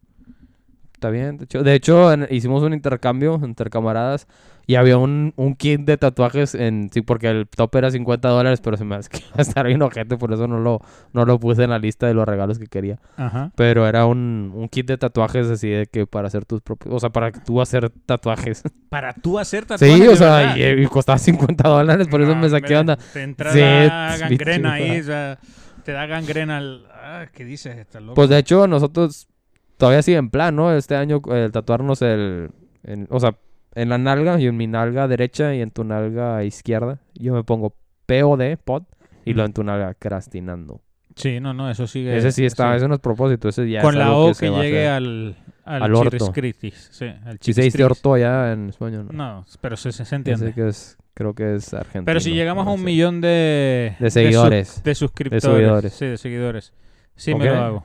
Speaker 1: Está bien. De hecho, de hecho, en- hicimos un intercambio entre camaradas y había un, un kit de tatuajes en... Sí, porque el top era 50 dólares, pero se me hace que iba a estar bien ojete, por eso no lo, no lo puse en la lista de los regalos que quería.
Speaker 2: Ajá.
Speaker 1: Pero era un, un kit de tatuajes así de que para hacer tus propios... O sea, para que tú hacer tatuajes.
Speaker 2: Para tú hacer tatuajes.
Speaker 1: Sí, o
Speaker 2: de
Speaker 1: sea,
Speaker 2: verdad.
Speaker 1: y, y costaba 50 dólares, por eso
Speaker 2: No,
Speaker 1: me saqué
Speaker 2: hombre,
Speaker 1: onda.
Speaker 2: Te entra
Speaker 1: Sí,
Speaker 2: la
Speaker 1: es bien
Speaker 2: gangrena
Speaker 1: chido.
Speaker 2: ahí, o sea, te da gangrena al... Ah, ¿qué dices? Está loco.
Speaker 1: Pues de hecho, nosotros todavía sigue en plan, ¿no? Este año eh, tatuarnos el. en- o sea, en la nalga y en mi nalga derecha y en tu nalga izquierda. Yo me pongo POD, pod, y lo en tu nalga crastinando.
Speaker 2: Sí, no, no, eso sigue...
Speaker 1: ese sí está,
Speaker 2: sí.
Speaker 1: ese no es propósito, ese ya
Speaker 2: Con
Speaker 1: es
Speaker 2: la
Speaker 1: algo
Speaker 2: O
Speaker 1: que,
Speaker 2: que,
Speaker 1: se va a
Speaker 2: llegue
Speaker 1: hacer.
Speaker 2: al... Al,
Speaker 1: Al orto.
Speaker 2: chiriscritis, Sí, al
Speaker 1: Si se dice
Speaker 2: chiriscritis.
Speaker 1: orto ya en español, ¿no?
Speaker 2: No, pero se, se- se
Speaker 1: Ese
Speaker 2: entiende.
Speaker 1: que es, creo que es argentino.
Speaker 2: Pero si llegamos a
Speaker 1: no
Speaker 2: un
Speaker 1: sé.
Speaker 2: millón de...
Speaker 1: De
Speaker 2: su-
Speaker 1: seguidores.
Speaker 2: De, suscriptores.
Speaker 1: seguidores.
Speaker 2: Sí, de seguidores. Sí,
Speaker 1: Ok.
Speaker 2: me lo hago.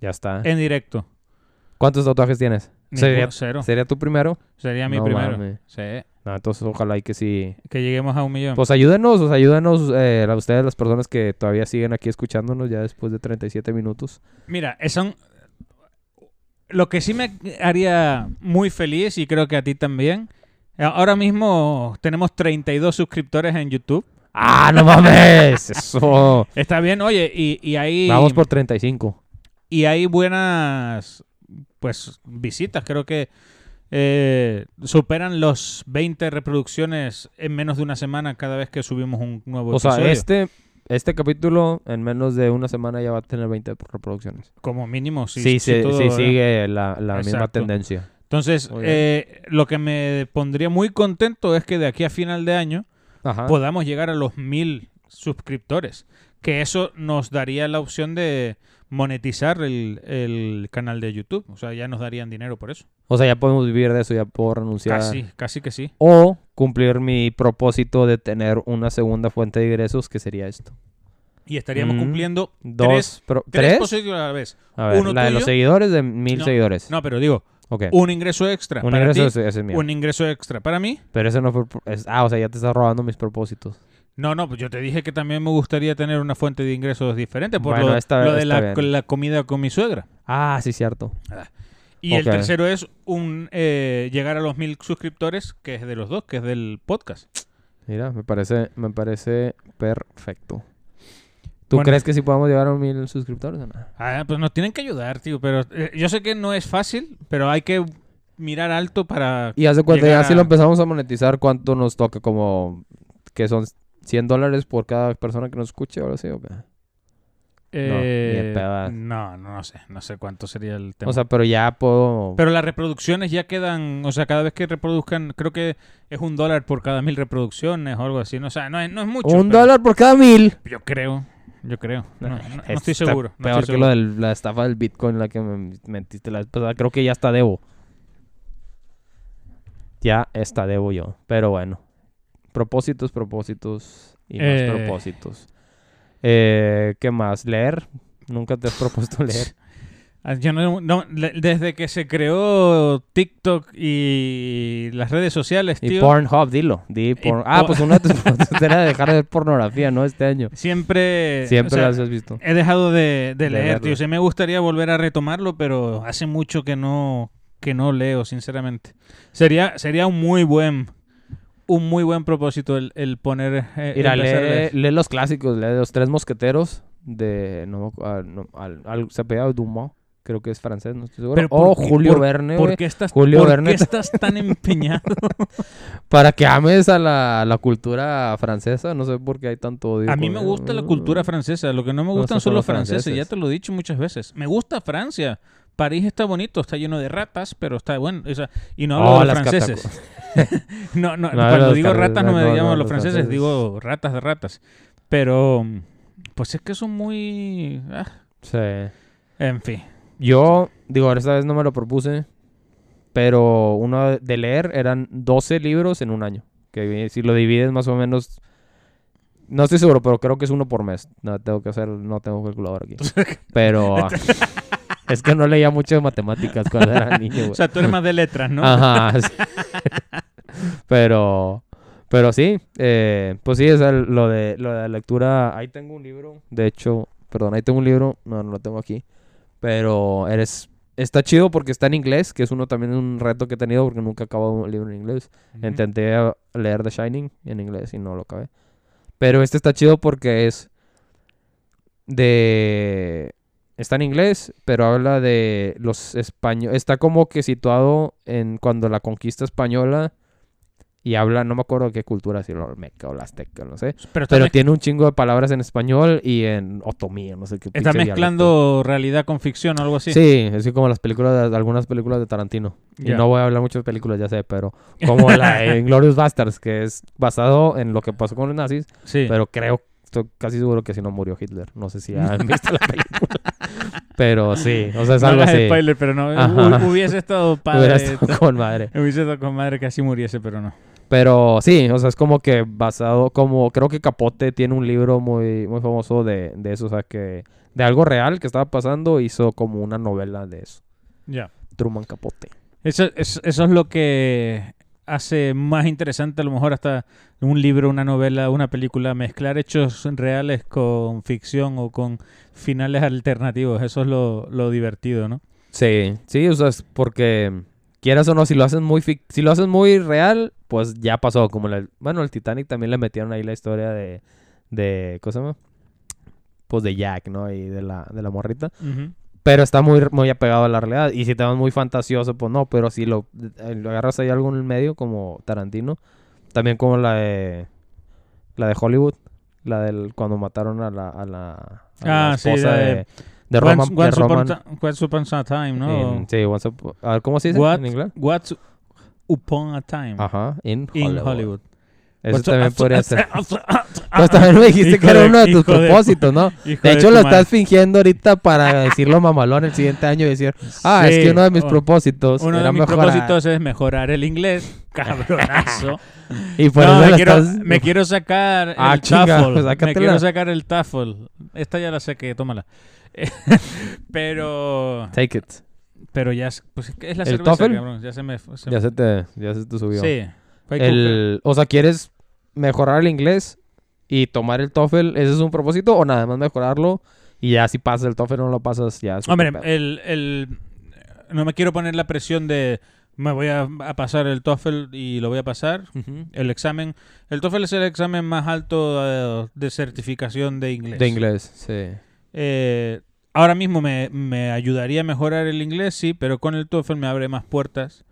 Speaker 1: Ya está.
Speaker 2: En directo.
Speaker 1: ¿Cuántos tatuajes tienes?
Speaker 2: Eh, Ninguno,
Speaker 1: ¿Sería,
Speaker 2: cero.
Speaker 1: ¿Sería tu primero?
Speaker 2: Sería mi
Speaker 1: No
Speaker 2: primero.
Speaker 1: mames.
Speaker 2: Sí.
Speaker 1: No, entonces ojalá y que sí
Speaker 2: Que lleguemos a un millón.
Speaker 1: Pues ayúdenos, os ayúdenos eh, a ustedes, las personas que todavía siguen aquí escuchándonos ya después de 37 minutos.
Speaker 2: Mira, eh, son. Lo que sí me haría muy feliz y creo que a ti también. eh, Ahora mismo tenemos 32 suscriptores en YouTube.
Speaker 1: ¡Ah, no mames! Eso.
Speaker 2: Está bien, oye, y, y hay.
Speaker 1: Vamos por 35.
Speaker 2: Y hay buenas. Pues visitas, creo que. eh, superan los 20 reproducciones en menos de una semana cada vez que subimos un nuevo
Speaker 1: O sea,
Speaker 2: episodio.
Speaker 1: este, este capítulo en menos de una semana ya va a tener 20 reproducciones.
Speaker 2: Como mínimo,
Speaker 1: Sí,
Speaker 2: sí.
Speaker 1: sí,
Speaker 2: sí, todo, ¿eh?
Speaker 1: sigue la, la misma
Speaker 2: Exacto.
Speaker 1: tendencia.
Speaker 2: Entonces,
Speaker 1: Muy bien.
Speaker 2: eh, lo que me pondría muy contento es que de aquí a final de año
Speaker 1: Ajá.
Speaker 2: podamos llegar a los mil suscriptores. Que eso nos daría la opción de monetizar el, el canal de YouTube. O sea, ya nos darían dinero por eso.
Speaker 1: O sea, ya podemos vivir de eso, ya puedo renunciar.
Speaker 2: Casi, casi que sí.
Speaker 1: O cumplir mi propósito de tener una segunda fuente de ingresos, que sería esto.
Speaker 2: Y estaríamos
Speaker 1: Mm,
Speaker 2: cumpliendo
Speaker 1: Dos,
Speaker 2: tres,
Speaker 1: pro-
Speaker 2: tres
Speaker 1: ¿tres?
Speaker 2: positivos a la vez.
Speaker 1: A ver,
Speaker 2: uno
Speaker 1: la de
Speaker 2: tuyo.
Speaker 1: los seguidores de mil seguidores.
Speaker 2: No, pero digo,
Speaker 1: Ok.
Speaker 2: un ingreso extra.
Speaker 1: Un
Speaker 2: para
Speaker 1: ingreso
Speaker 2: ti,
Speaker 1: ese- ese es mío.
Speaker 2: un ingreso extra para mí.
Speaker 1: Pero eso no fue... pro- es- ah, o sea, ya te estás robando mis propósitos.
Speaker 2: No, no, pues yo te dije que también me gustaría tener una fuente de ingresos diferente por
Speaker 1: Bueno,
Speaker 2: lo,
Speaker 1: esta-
Speaker 2: lo de
Speaker 1: está
Speaker 2: la-
Speaker 1: bien.
Speaker 2: la comida con mi suegra.
Speaker 1: Ah, sí, cierto.
Speaker 2: Y el
Speaker 1: Ok.
Speaker 2: tercero es un eh, llegar a los mil suscriptores, que es de los dos, que es del podcast.
Speaker 1: Mira, me parece, me parece perfecto. ¿Tú
Speaker 2: Bueno.
Speaker 1: crees que sí podemos llegar a mil suscriptores o no?
Speaker 2: Ah, pues nos tienen que ayudar, tío. Pero eh, yo sé que no es fácil, pero hay que mirar alto para.
Speaker 1: Y hace cuenta, ya
Speaker 2: llegar
Speaker 1: si
Speaker 2: a-
Speaker 1: lo empezamos a monetizar, ¿cuánto nos toca? Como que son 100 dólares por cada persona que nos escuche, ahora sí. ¿o qué?
Speaker 2: Eh,
Speaker 1: de pedo.
Speaker 2: no, no, no sé. No sé cuánto sería el tema.
Speaker 1: O sea, pero ya puedo...
Speaker 2: Pero las reproducciones ya quedan, o sea, cada vez que reproduzcan, creo que es un dólar por cada mil reproducciones o algo así. No, o sea, no es, no es mucho.
Speaker 1: un
Speaker 2: pero
Speaker 1: dólar por cada mil.
Speaker 2: Yo creo, yo creo. No, no- no
Speaker 1: Está
Speaker 2: estoy seguro. no
Speaker 1: Peor
Speaker 2: estoy
Speaker 1: que lo
Speaker 2: seguro.
Speaker 1: de la estafa del Bitcoin, la que me mentiste la vez pasada. Creo que ya está debo. Ya está debo yo. Pero bueno. Propósitos, propósitos y más
Speaker 2: Eh.
Speaker 1: propósitos. Eh, ¿Qué más? ¿Leer? Nunca te has propuesto leer.
Speaker 2: Ah, yo no- no, le- desde que se creó TikTok y las redes sociales,
Speaker 1: Y
Speaker 2: tío,
Speaker 1: Pornhub, dilo. Di porn- Ah,
Speaker 2: por-
Speaker 1: pues una de tus propuestas era dejar de ver pornografía, ¿no? Este año.
Speaker 2: siempre,
Speaker 1: Siempre
Speaker 2: Eh, o sea,
Speaker 1: las has visto.
Speaker 2: he dejado de, de
Speaker 1: De
Speaker 2: leer,
Speaker 1: verlo.
Speaker 2: tío. Sí, me gustaría volver a retomarlo, pero hace mucho que no, que no leo, sinceramente. Sería, sería un muy buen, un muy buen propósito el, el poner... eh,
Speaker 1: Mira,
Speaker 2: empezar a
Speaker 1: lee,
Speaker 2: leer.
Speaker 1: lee los clásicos, lee los tres mosqueteros de. No, me acu- ah, no, al, al- se apellidaba Dumas, creo que es francés, no estoy seguro.
Speaker 2: Pero
Speaker 1: O
Speaker 2: ¿por qué-
Speaker 1: Julio Verne,
Speaker 2: ¿Por
Speaker 1: güey,
Speaker 2: qué estás,
Speaker 1: Julio
Speaker 2: por qué
Speaker 1: Verne.
Speaker 2: estás tan empeñado?
Speaker 1: Para que ames a la, a la cultura francesa, no sé por qué hay tanto odio.
Speaker 2: a mí
Speaker 1: con-
Speaker 2: me gusta la cultura francesa. Lo que no me
Speaker 1: son
Speaker 2: gustan son
Speaker 1: Uh. los
Speaker 2: los franceses.
Speaker 1: franceses.
Speaker 2: Ya te lo he dicho muchas veces. Me gusta Francia. París está bonito, está lleno de ratas, pero está bueno. o sea, y no hablo
Speaker 1: Oh,
Speaker 2: de los
Speaker 1: las
Speaker 2: franceses. No, no,
Speaker 1: No,
Speaker 2: cuando
Speaker 1: los
Speaker 2: digo
Speaker 1: carnes-
Speaker 2: ratas no me
Speaker 1: no, no,
Speaker 2: llamo los
Speaker 1: los
Speaker 2: franceses,
Speaker 1: franceses.
Speaker 2: digo ratas de ratas. Pero, pues es que son muy... ah,
Speaker 1: Sí.
Speaker 2: en fin.
Speaker 1: Yo, digo, esta vez no me lo propuse, pero uno de leer eran 12 libros en un año. Que si lo divides más o menos. No estoy seguro, pero creo que es uno por mes. No tengo que hacer, no tengo calculador aquí. Pero ah, es que no leía mucho de matemáticas cuando era niño, güey.
Speaker 2: O sea, tú eres más de letras,
Speaker 1: Ah,
Speaker 2: ¿no?
Speaker 1: Ajá. sí. pero, pero sí, eh, pues sí, es el- lo, de, lo de la lectura. Ahí tengo un libro, de hecho, perdón, ahí tengo un libro, no, no lo tengo aquí. Pero eres, está chido porque está en inglés, que es uno también un reto que he tenido porque nunca acabo un libro en inglés.
Speaker 2: Ujú.
Speaker 1: Intenté a- leer The Shining en inglés y no lo acabé. Pero este está chido porque es de... Está en inglés, pero habla de los españoles. Está como que situado en cuando la conquista española y habla, no me acuerdo de qué cultura, si la olmeca o la azteca, no sé.
Speaker 2: Pero está,
Speaker 1: Pero
Speaker 2: mez-
Speaker 1: tiene un chingo de palabras en español y en otomí, no sé qué.
Speaker 2: está
Speaker 1: pinche dialecto.
Speaker 2: mezclando realidad con ficción o algo así.
Speaker 1: Sí, así como las películas, de- algunas películas de Tarantino.
Speaker 2: Ya.
Speaker 1: Y no voy a hablar mucho de películas, ya sé, pero como la de Inglorious Bastards, que es basado en lo que pasó con los nazis,
Speaker 2: Sí.
Speaker 1: pero creo, estoy casi seguro que si no murió Hitler. No sé si han visto la película. pero sí, o sea, es
Speaker 2: No
Speaker 1: algo
Speaker 2: hagas
Speaker 1: así.
Speaker 2: spoiler, pero no.
Speaker 1: Ajá.
Speaker 2: hu- Hubiese estado padre.
Speaker 1: Hubiera estado con madre.
Speaker 2: Hubiese estado con madre que así muriese, pero no.
Speaker 1: Pero sí, o sea, es como que basado, como creo que Capote tiene un libro muy, muy famoso de, de eso, o sea, que de algo real que estaba pasando, hizo como una novela de eso.
Speaker 2: Ya.
Speaker 1: Truman Capote.
Speaker 2: Eso, es- eso es lo que hace más interesante a lo mejor hasta un libro, una novela, una película, mezclar hechos reales con ficción o con finales alternativos. Eso es lo, lo divertido, ¿no?
Speaker 1: Sí, sí, o sea, es porque quieras o no, si lo hacen muy fic- si lo hacen muy real, pues ya pasó. Como la- bueno, el Titanic también le metieron ahí la historia de, de ¿cómo se llama? Pues de Jack, ¿no? Y de la, de la morrita. Pero está muy, muy apegado a la realidad. Y si te vas muy fantasioso, pues no. Pero si lo, eh, lo agarras ahí algo en el medio, como Tarantino, también como la de la de Hollywood, la del cuando mataron a la, a la, a la
Speaker 2: Ah, sí,
Speaker 1: esposa
Speaker 2: la de-
Speaker 1: de, de, Roman,
Speaker 2: Once,
Speaker 1: de
Speaker 2: Once upon
Speaker 1: Roman-
Speaker 2: ti- Once upon a time, ¿no?
Speaker 1: en- sí, Once Upon- a ver, ¿cómo se dice
Speaker 2: What-
Speaker 1: en inglés?
Speaker 2: What's upon a time
Speaker 1: Ajá, in
Speaker 2: in
Speaker 1: Hollywood.
Speaker 2: Hollywood. Pues,
Speaker 1: Eso
Speaker 2: What's
Speaker 1: Ah, también
Speaker 2: up-
Speaker 1: podría
Speaker 2: up-
Speaker 1: ser.
Speaker 2: up- up-
Speaker 1: Pues también me dijiste
Speaker 2: ah, Hijo
Speaker 1: que era
Speaker 2: de-
Speaker 1: uno de tus
Speaker 2: hijo de-
Speaker 1: propósitos, ¿no?
Speaker 2: hijo
Speaker 1: De hecho,
Speaker 2: tu
Speaker 1: lo
Speaker 2: madre.
Speaker 1: estás fingiendo ahorita para decirlo mamalón el siguiente año y decir, ah, es
Speaker 2: Sí,
Speaker 1: que uno de mis
Speaker 2: o-
Speaker 1: propósitos
Speaker 2: Uno de
Speaker 1: era
Speaker 2: mis
Speaker 1: mejorar.
Speaker 2: propósitos es mejorar el inglés, cabronazo.
Speaker 1: Y por
Speaker 2: no,
Speaker 1: eso
Speaker 2: me
Speaker 1: lo
Speaker 2: quiero,
Speaker 1: estás...
Speaker 2: me quiero sacar
Speaker 1: Ah,
Speaker 2: el
Speaker 1: chinga,
Speaker 2: tafel. Me
Speaker 1: sácatela.
Speaker 2: quiero sacar el tafel. Esta ya la saqué, tómala. pero,
Speaker 1: Take it.
Speaker 2: pero ya, es- pues es que es la
Speaker 1: ¿El
Speaker 2: cerveza,
Speaker 1: Tafel?
Speaker 2: cabrón. Ya se me... se
Speaker 1: Ya
Speaker 2: me-
Speaker 1: se te, ya se te subió.
Speaker 2: sí. Fue que-
Speaker 1: El, o sea, ¿quieres mejorar el inglés y tomar el TOEFL? ¿Ese es un propósito? ¿O nada más mejorarlo? Y ya si pasas el TOEFL o no lo pasas, ya... es otro
Speaker 2: Hombre, eh,
Speaker 1: pedo?
Speaker 2: el, el- no me quiero poner la presión de me voy a, a pasar el TOEFL y lo voy a pasar. El examen... El TOEFL es el examen más alto eh, de, certificación de inglés.
Speaker 1: De inglés, sí.
Speaker 2: Eh, ahora mismo me, me ayudaría a mejorar el inglés, sí, pero con el TOEFL me abre más puertas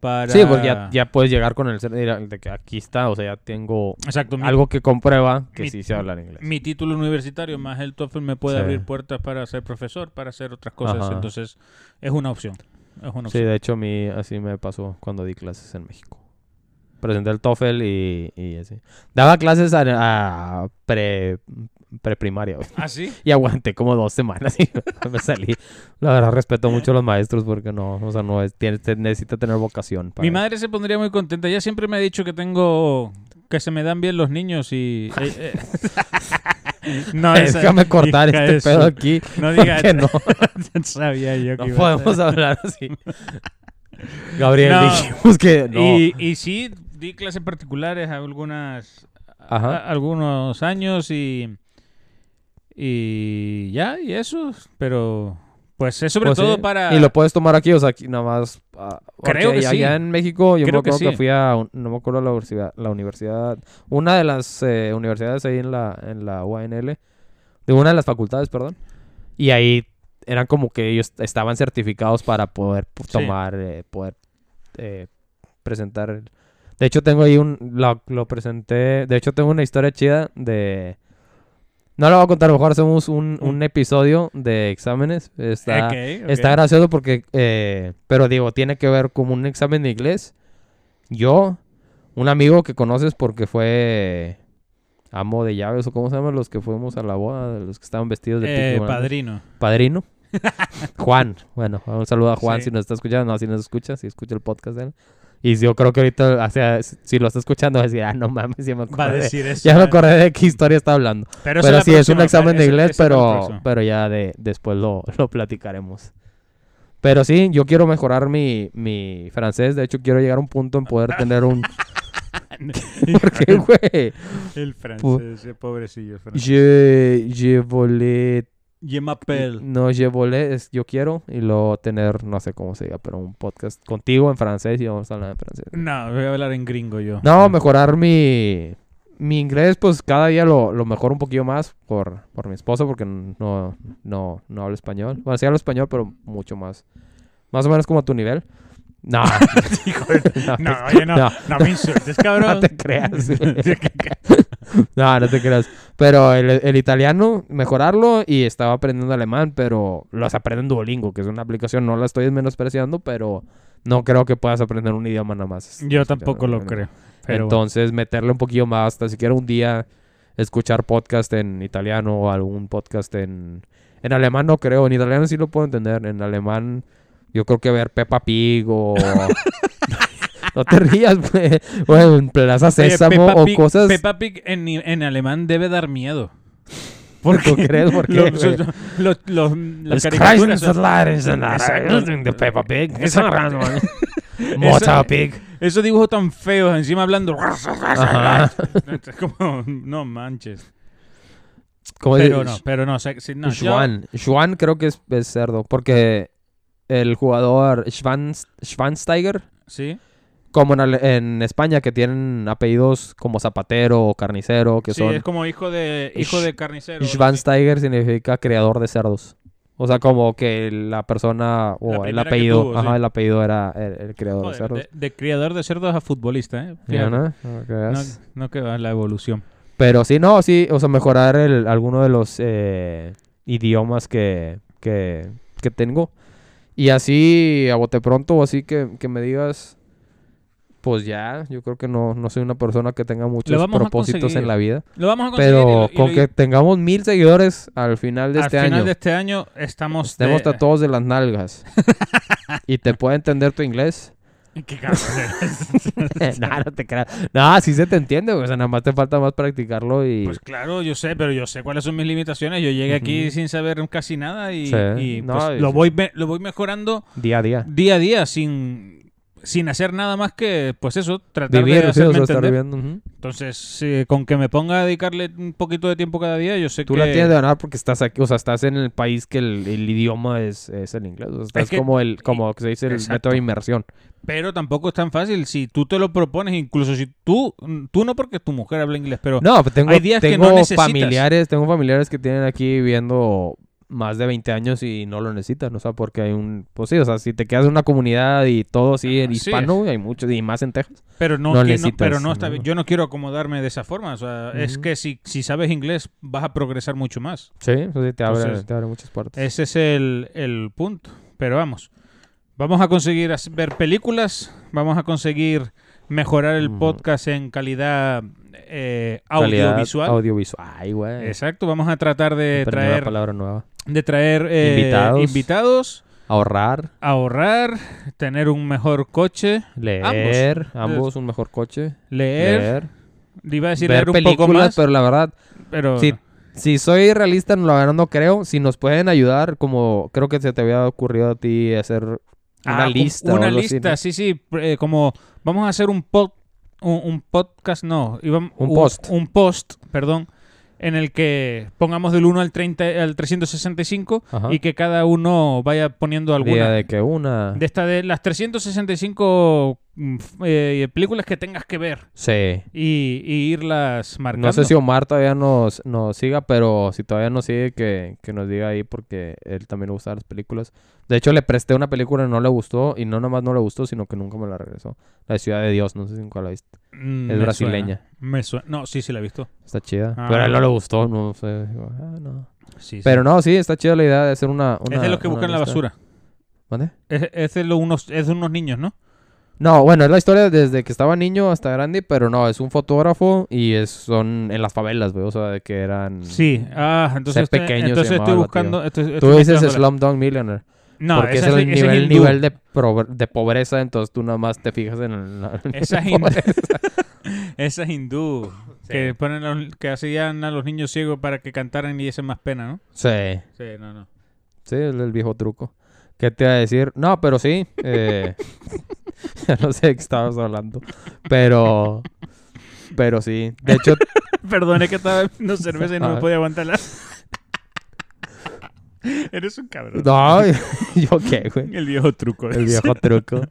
Speaker 2: para...
Speaker 1: Sí, porque ya, ya puedes llegar con el ser de que aquí está, o sea, ya tengo
Speaker 2: Exacto, mi,
Speaker 1: algo que comprueba que
Speaker 2: mi-
Speaker 1: sí sé hablar inglés.
Speaker 2: mi título universitario más el TOEFL me puede
Speaker 1: Sí.
Speaker 2: abrir puertas para ser profesor, para hacer otras cosas.
Speaker 1: Ajá.
Speaker 2: Entonces, es una opción. Es una
Speaker 1: Sí,
Speaker 2: opción.
Speaker 1: de hecho a mí así me pasó cuando di clases en México. Presenté el TOEFL y, y así. Daba clases a, a pre preprimaria güey,
Speaker 2: ¿Ah, sí?
Speaker 1: y aguanté como dos semanas y me salí. La verdad respeto mucho a los maestros porque no, o sea, no es, tiene- te- necesita tener vocación. Para
Speaker 2: Mi madre se pondría muy contenta. Ella siempre me ha dicho que tengo... Que se me dan bien los niños y... eh, eh. no, esa-
Speaker 1: Déjame cortar
Speaker 2: hija
Speaker 1: este
Speaker 2: de su-
Speaker 1: pedo aquí.
Speaker 2: No digas...
Speaker 1: Porque no,
Speaker 2: Sabía yo
Speaker 1: no
Speaker 2: que iba a-
Speaker 1: podemos hablar así. Gabriel,
Speaker 2: No.
Speaker 1: dijimos que no.
Speaker 2: Y, y sí, di clases particulares a algunas, a-
Speaker 1: Ajá.
Speaker 2: a- algunos años y, y ya, y eso. Pero pues es sobre
Speaker 1: Pues sí.
Speaker 2: todo para...
Speaker 1: Y lo puedes tomar aquí, o sea, aquí nada más. ah, porque
Speaker 2: Creo que sí.
Speaker 1: Allá en México, yo
Speaker 2: Creo
Speaker 1: me
Speaker 2: que
Speaker 1: acuerdo que,
Speaker 2: sí.
Speaker 1: fui a. un- no me acuerdo la universidad. La universidad una de las eh, universidades ahí en la, en la UANL. De una de las facultades, perdón. Y ahí eran como que ellos estaban certificados para poder pu-
Speaker 2: Sí.
Speaker 1: tomar. eh, poder eh, presentar. De hecho, tengo ahí un. Lo, lo presenté. De hecho, tengo una historia chida de. No lo voy a contar, a lo mejor hacemos un,
Speaker 2: Mm.
Speaker 1: un episodio de exámenes. Está,
Speaker 2: Ok, ok.
Speaker 1: Está gracioso porque, eh, pero digo, tiene que ver como un examen de inglés. Yo, un amigo que conoces porque fue amo de llaves o cómo se llaman los que fuimos a la boda, de los que estaban vestidos de
Speaker 2: Eh,
Speaker 1: Peaky Blinders.
Speaker 2: padrino.
Speaker 1: Padrino. Juan, bueno, un saludo a Juan
Speaker 2: Sí.
Speaker 1: si nos está escuchando, no, si nos escucha, si escucha el podcast de él. Y yo creo que ahorita, o sea, si lo está escuchando, va a decir, ah, no mames, ya me
Speaker 2: Va a
Speaker 1: acordé.
Speaker 2: decir eso.
Speaker 1: Ya me acordé de qué historia está hablando.
Speaker 2: Pero, esa
Speaker 1: Pero
Speaker 2: la
Speaker 1: sí, es un
Speaker 2: próxima,
Speaker 1: examen de
Speaker 2: esa-
Speaker 1: inglés,
Speaker 2: esa es la
Speaker 1: pero,
Speaker 2: próxima.
Speaker 1: pero ya de, después lo, lo platicaremos. Pero sí, yo quiero mejorar mi, mi francés. De hecho, quiero llegar a un punto en poder tener un... Porque, güey,
Speaker 2: El francés, el pobrecillo francés.
Speaker 1: je, je volé...
Speaker 2: Je m'appelle.
Speaker 1: No, je volé, es yo quiero. Y luego tener, no sé cómo se diga, pero un podcast contigo en francés y vamos a hablar en francés.
Speaker 2: No, voy a hablar en gringo yo.
Speaker 1: No, mejorar mi, mi inglés, pues cada día lo, lo mejoro un poquillo más por, por mi esposa, porque no, no, no hablo español. Bueno, sí hablo español, pero mucho más. Más o menos como a tu nivel. No,
Speaker 2: Hijo de- No, oye, no,
Speaker 1: No.
Speaker 2: no, me insultes, cabrón.
Speaker 1: no te creas. no, no te creas. Pero el, el italiano, mejorarlo y estaba aprendiendo alemán, pero los aprendo en Duolingo, que es una aplicación, no la estoy menospreciando, pero no creo que puedas aprender un idioma nada más.
Speaker 2: Yo tampoco lo
Speaker 1: Bueno.
Speaker 2: creo. Pero bueno.
Speaker 1: Entonces, meterle un poquillo más, hasta siquiera un día escuchar podcast en italiano o algún podcast en... En alemán no creo, en italiano sí lo puedo entender, en alemán yo creo que ver Peppa Pig o... no te rías, güey. o en Plaza
Speaker 2: Oye,
Speaker 1: Sésamo
Speaker 2: Peppa
Speaker 1: o
Speaker 2: Pig-
Speaker 1: cosas...
Speaker 2: Peppa Pig en, en alemán debe dar miedo. ¿Por
Speaker 1: ¿Tú crees? ¿Por qué,
Speaker 2: Los,
Speaker 1: güey?
Speaker 2: los, los, los-
Speaker 3: It's
Speaker 2: las caricaturas
Speaker 3: Christmas
Speaker 2: son-
Speaker 3: that lies and that
Speaker 2: Exacto.
Speaker 3: the Peppa Pig. It's not around one.
Speaker 2: Eso-
Speaker 3: Mortar Pig.
Speaker 2: Esos dibujos tan feos, encima hablando.
Speaker 1: Ajá.
Speaker 2: Es como, no manches.
Speaker 1: ¿Cómo
Speaker 2: Pero
Speaker 1: dices?
Speaker 2: no, pero no. o sea, sí, no, yo-
Speaker 1: Schwan. Schwan creo que es, es cerdo, porque el jugador Schwan, Schwansteiger...
Speaker 2: Sí,
Speaker 1: Como en, Ale- en España, que tienen apellidos como zapatero o carnicero, que
Speaker 2: sí
Speaker 1: son...
Speaker 2: es como hijo de, hijo de carnicero. algo así.
Speaker 1: Schwansteiger significa creador de cerdos. O sea, como que la persona
Speaker 2: La
Speaker 1: o el
Speaker 2: primera que
Speaker 1: apellido,
Speaker 2: tuvo,
Speaker 1: ajá,
Speaker 2: sí.
Speaker 1: el apellido era el, el creador
Speaker 2: Joder,
Speaker 1: de cerdos.
Speaker 2: de, de criador de cerdos a futbolista, ¿eh?
Speaker 1: Ya,
Speaker 2: Fíjate.
Speaker 1: ¿no? Como que
Speaker 2: No,
Speaker 1: es-
Speaker 2: no que va la evolución.
Speaker 1: Pero sí, no, sí, o sea, mejorar el, alguno de los eh, idiomas que, que, que tengo. Y así, a bote pronto, o así que, que me digas, pues ya, yo creo que no, no soy una persona que tenga muchos
Speaker 2: vamos a
Speaker 1: propósitos
Speaker 2: conseguir.
Speaker 1: en la vida.
Speaker 2: Lo vamos a conseguir. y lo-
Speaker 1: Pero
Speaker 2: y lo-
Speaker 1: con que tengamos mil seguidores al final de
Speaker 2: al
Speaker 1: este
Speaker 2: final
Speaker 1: año,
Speaker 2: de este año estamos.
Speaker 1: estemos
Speaker 2: de-
Speaker 1: tatuados de las nalgas y te pueda entender tu inglés.
Speaker 2: Qué cabrón ¿eh? eres.
Speaker 1: no, no te creas. No, sí se te entiende, güey. o sea, nada más te falta más practicarlo y...
Speaker 2: Pues claro, yo sé, pero yo sé cuáles son mis limitaciones. Yo llegué aquí
Speaker 1: Ujú.
Speaker 2: sin saber casi nada y,
Speaker 1: Sí.
Speaker 2: y,
Speaker 1: No,
Speaker 2: pues,
Speaker 1: y-
Speaker 2: lo, voy, me- lo voy mejorando
Speaker 1: día a día.
Speaker 2: día a día sin, sin hacer nada más que, pues eso, tratar
Speaker 1: Vivir,
Speaker 2: de
Speaker 1: sí, o
Speaker 2: hacerme
Speaker 1: sea, estar
Speaker 2: entender.
Speaker 1: viviendo. ujú.
Speaker 2: Entonces, sí, con que me ponga a dedicarle un poquito de tiempo cada día, yo sé
Speaker 1: Tú
Speaker 2: que...
Speaker 1: la tienes de ganar porque estás aquí, o sea, estás en el país que el, el idioma es, es el inglés. O sea, estás
Speaker 2: que-
Speaker 1: como el, como que se dice, el
Speaker 2: Exacto.
Speaker 1: método de inmersión.
Speaker 2: Pero tampoco es tan fácil. Si tú te lo propones, incluso si tú... Tú no porque tu mujer habla inglés, pero...
Speaker 1: No, pues tengo,
Speaker 2: Hay días que
Speaker 1: tengo
Speaker 2: no necesitas.
Speaker 1: familiares, tengo familiares que tienen aquí viviendo más de 20 años y no lo necesitan, o sea, porque hay un... Pues sí, o sea, si te quedas en una comunidad y todo sí, en
Speaker 2: Así
Speaker 1: hispano,
Speaker 2: es.
Speaker 1: güey, hay muchos, y más en Texas.
Speaker 2: Pero no,
Speaker 1: No
Speaker 2: que- no-
Speaker 1: necesitas,
Speaker 2: pero no está
Speaker 1: ¿no?
Speaker 2: bien. Yo no quiero acomodarme de esa forma. O sea, es
Speaker 1: Ujú.
Speaker 2: que si, si sabes inglés vas a progresar mucho más.
Speaker 1: Sí, eso sí, te abre,
Speaker 2: Entonces,
Speaker 1: te abre muchas puertas.
Speaker 2: Ese es el, el punto. Pero vamos, vamos a conseguir as- ver películas, vamos a conseguir mejorar el
Speaker 1: Ujú.
Speaker 2: podcast en calidad eh,
Speaker 1: Calidad eh.
Speaker 2: audiovisual.
Speaker 1: Audiovisual. Ay, güey.
Speaker 2: Exacto, vamos a tratar de
Speaker 1: Aprendí una
Speaker 2: traer,
Speaker 1: palabra nueva.
Speaker 2: de traer eh,
Speaker 1: Invitados.
Speaker 2: invitados,
Speaker 1: Ahorrar,
Speaker 2: ahorrar, tener un mejor coche,
Speaker 1: leer, ambos, un mejor coche,
Speaker 2: leer,
Speaker 1: leer,
Speaker 2: le iba a decir
Speaker 1: ver
Speaker 2: leer un poco
Speaker 1: películas,
Speaker 2: más, pero,
Speaker 1: pero la verdad, si, si soy realista, no, la verdad no creo. Si nos pueden ayudar, como creo que se te había ocurrido a ti hacer una
Speaker 2: Ah, como
Speaker 1: lista. o
Speaker 2: Una
Speaker 1: algo así,
Speaker 2: lista,
Speaker 1: ¿no?
Speaker 2: sí, sí. pr- eh, como vamos a hacer un, pod, un, un podcast, no. íbam-
Speaker 1: Un post.
Speaker 2: Un post, perdón. En el que pongamos del 1 al, 30, al 365
Speaker 1: Ajá.
Speaker 2: y que cada uno vaya poniendo
Speaker 1: Día
Speaker 2: alguna.
Speaker 1: de que una...
Speaker 2: De esta de las 365 mm, f- eh, películas que tengas que ver
Speaker 1: Sí.
Speaker 2: y, y irlas marcando.
Speaker 1: No sé si Omar todavía nos, nos siga, pero si todavía nos sigue, que, que nos diga ahí porque él también le gusta las películas. De hecho, le presté una película y no le gustó, y no nomás no le gustó, sino que nunca me la regresó. La de Ciudad de Dios, no sé si nunca la viste.
Speaker 2: Mm,
Speaker 1: Es
Speaker 2: me
Speaker 1: brasileña.
Speaker 2: suena, me suena. No, sí, sí la he visto.
Speaker 1: Está chida.
Speaker 2: Ah.
Speaker 1: Pero a él no le gustó, no sé. digo, ah, no.
Speaker 2: Sí, sí.
Speaker 1: Pero no, sí, está chida la idea de hacer una.
Speaker 2: es de los que buscan
Speaker 1: buscan
Speaker 2: la basura.
Speaker 1: ¿Vale?
Speaker 2: Es, es de los unos, es de unos niños, ¿no?
Speaker 1: No, bueno, es la historia desde que estaba niño hasta grande, pero no, es un fotógrafo y es, son en las favelas, güey. O sea, de que eran.
Speaker 2: Sí, ah, entonces,
Speaker 1: Ser
Speaker 2: estoy,
Speaker 1: pequeño se
Speaker 2: entonces
Speaker 1: llamaba
Speaker 2: estoy
Speaker 1: el
Speaker 2: buscando. estoy- estoy
Speaker 1: Tú dices
Speaker 2: buscándola.
Speaker 1: Slumdog Millionaire.
Speaker 2: No,
Speaker 1: porque
Speaker 2: esa
Speaker 1: ese es el
Speaker 2: esa
Speaker 1: nivel,
Speaker 2: hindú.
Speaker 1: nivel de, pro- de pobreza, entonces tú nada más te fijas en el- la-
Speaker 2: Esa es hindú. esa es hindú. Que, ponen a los- que hacían a los niños ciegos para que cantaran y diesen más pena, ¿no?
Speaker 1: Sí,
Speaker 2: Sí, no, no.
Speaker 1: sí, el, el viejo truco. ¿Qué te iba a decir? No, pero sí. eh, ya no sé de qué estabas hablando. Pero. Pero sí. De hecho,
Speaker 2: Perdone que estaba bebiendo cerveza y no
Speaker 1: Ah.
Speaker 2: me podía aguantarla. Eres un cabrón.
Speaker 1: no, yo qué, güey.
Speaker 2: El viejo truco.
Speaker 1: El viejo truco.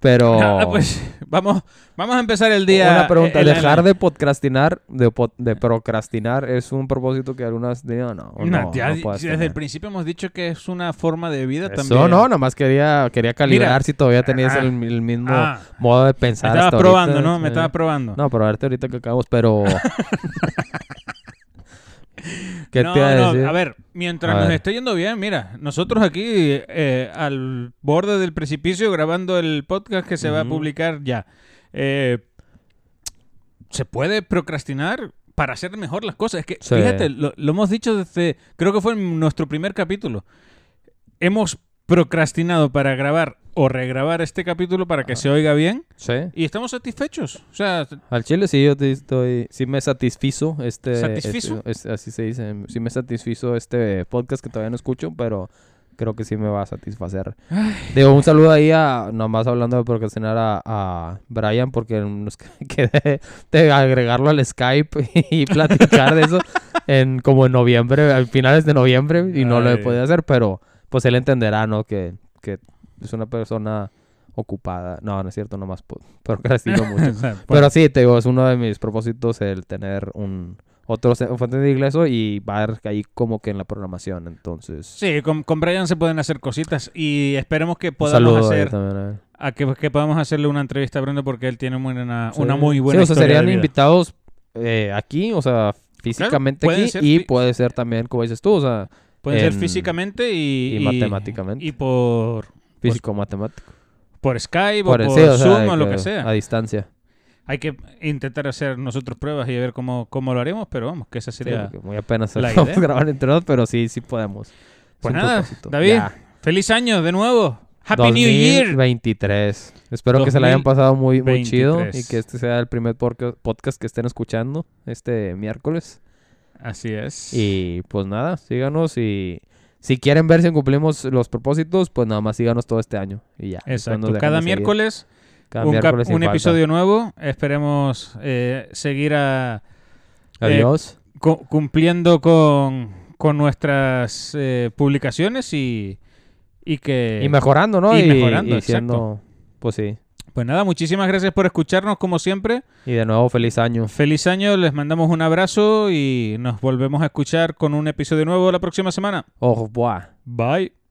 Speaker 1: Pero.
Speaker 2: Nada, pues vamos, vamos a empezar el día. eh,
Speaker 1: Una pregunta,
Speaker 2: el- el-
Speaker 1: ¿dejar de procrastinar, de, po- de procrastinar es un propósito que algunas has tenido? No, o
Speaker 2: Nah,
Speaker 1: no,
Speaker 2: ya
Speaker 1: no
Speaker 2: di-
Speaker 1: puedes
Speaker 2: desde el
Speaker 1: tener.
Speaker 2: principio hemos dicho que es una forma de vida
Speaker 1: Eso
Speaker 2: también.
Speaker 1: no, nomás quería, quería calibrar
Speaker 2: Mira.
Speaker 1: si todavía tenías el, el mismo
Speaker 2: Ah,
Speaker 1: modo de
Speaker 2: me
Speaker 1: pensar.
Speaker 2: estaba
Speaker 1: hasta
Speaker 2: probando,
Speaker 1: ahorita,
Speaker 2: ¿no?
Speaker 1: sí.
Speaker 2: Me estaba probando.
Speaker 1: No, probarte ahorita que acabamos, pero... ¿Qué
Speaker 2: no,
Speaker 1: te iba a
Speaker 2: no,
Speaker 1: decir?
Speaker 2: a ver, mientras
Speaker 1: A
Speaker 2: nos
Speaker 1: ver.
Speaker 2: esté yendo bien, mira, nosotros aquí eh, al borde del precipicio grabando el podcast que se va a
Speaker 1: Ujú.
Speaker 2: publicar ya. Eh, ¿Se puede procrastinar para hacer mejor las cosas? Es que,
Speaker 1: Sí.
Speaker 2: fíjate, lo, lo hemos dicho desde, creo que fue en nuestro primer capítulo. Hemos procrastinado para grabar o regrabar este capítulo para
Speaker 1: Ah.
Speaker 2: que se oiga bien
Speaker 1: Sí,
Speaker 2: y estamos satisfechos. O sea,
Speaker 1: al chile sí, yo te estoy... Sí me satisfizo este...
Speaker 2: ¿Satisfizo?
Speaker 1: este- es- así se dice, sí me satisfizo este podcast que todavía no escucho, pero... Creo que sí me va a satisfacer. Digo, un saludo ahí a, nomás hablando de procrastinar a, a Brian, porque nos quedé de agregarlo al Skype y platicar de eso en como en noviembre, a finales de noviembre, y no lo he
Speaker 2: Ay.
Speaker 1: podido hacer, pero pues él entenderá, ¿no? Que, que es una persona ocupada. No, no es cierto, nomás po- procrastino mucho.
Speaker 2: o sea,
Speaker 1: Pero sí, te digo, es uno de mis propósitos el tener un otro se- fuente de ingreso y va ahí como que en la programación, entonces.
Speaker 2: Sí, con, con Brian se pueden hacer cositas y esperemos que
Speaker 1: un
Speaker 2: podamos
Speaker 1: ahí
Speaker 2: hacer
Speaker 1: también, a él.
Speaker 2: a que, que podamos hacerle una entrevista a Brenda porque él tiene muy- una,
Speaker 1: Sí.
Speaker 2: una muy
Speaker 1: Sí,
Speaker 2: buena
Speaker 1: o sea,
Speaker 2: historia
Speaker 1: serían
Speaker 2: de vida.
Speaker 1: invitados eh, aquí, o sea, físicamente
Speaker 2: pueden
Speaker 1: aquí
Speaker 2: ser
Speaker 1: y
Speaker 2: fi-
Speaker 1: puede ser también, como dices tú, o sea,
Speaker 2: Pueden ser
Speaker 1: en-
Speaker 2: físicamente y,
Speaker 1: y matemáticamente.
Speaker 2: y por
Speaker 1: físico-matemático.
Speaker 2: por Skype
Speaker 1: Por
Speaker 2: o
Speaker 1: el-
Speaker 2: por
Speaker 1: sí, o sea,
Speaker 2: Zoom
Speaker 1: de
Speaker 2: o lo que
Speaker 1: que
Speaker 2: sea.
Speaker 1: A distancia.
Speaker 2: Hay que intentar hacer nosotros pruebas y ver cómo, cómo lo haremos, pero vamos, que esa
Speaker 1: Sí,
Speaker 2: sería.
Speaker 1: porque muy apenas
Speaker 2: la
Speaker 1: vamos a
Speaker 2: idea.
Speaker 1: grabar entre dos, pero sí, sí podemos. Es
Speaker 2: pues
Speaker 1: un
Speaker 2: nada,
Speaker 1: propósito.
Speaker 2: David,
Speaker 1: Ya.
Speaker 2: feliz año de nuevo. Happy New Year.
Speaker 1: 2023. Espero que se la hayan pasado muy, muy chido y
Speaker 2: 2023.
Speaker 1: que este sea el primer porca- podcast que estén escuchando este miércoles.
Speaker 2: Así es.
Speaker 1: Y pues nada, síganos y si quieren ver si cumplimos los propósitos, pues nada más síganos todo este año y ya. Después nos
Speaker 2: Exacto.
Speaker 1: dejan
Speaker 2: Cada
Speaker 1: de seguir.
Speaker 2: miércoles
Speaker 1: Cada
Speaker 2: un, cap-
Speaker 1: miércoles sin
Speaker 2: un
Speaker 1: falta.
Speaker 2: episodio eh, nuevo. Esperemos eh, seguir a-
Speaker 1: Adiós.
Speaker 2: cu- cumpliendo con, con nuestras eh, publicaciones y, y que...
Speaker 1: y mejorando, ¿no?
Speaker 2: y mejorando,
Speaker 1: siendo- pues sí.
Speaker 2: Pues nada, muchísimas gracias por escucharnos como siempre.
Speaker 1: Y de nuevo, feliz año.
Speaker 2: Feliz año, les mandamos un abrazo y nos volvemos a escuchar con un episodio nuevo la próxima semana.
Speaker 1: Au revoir.
Speaker 2: Bye.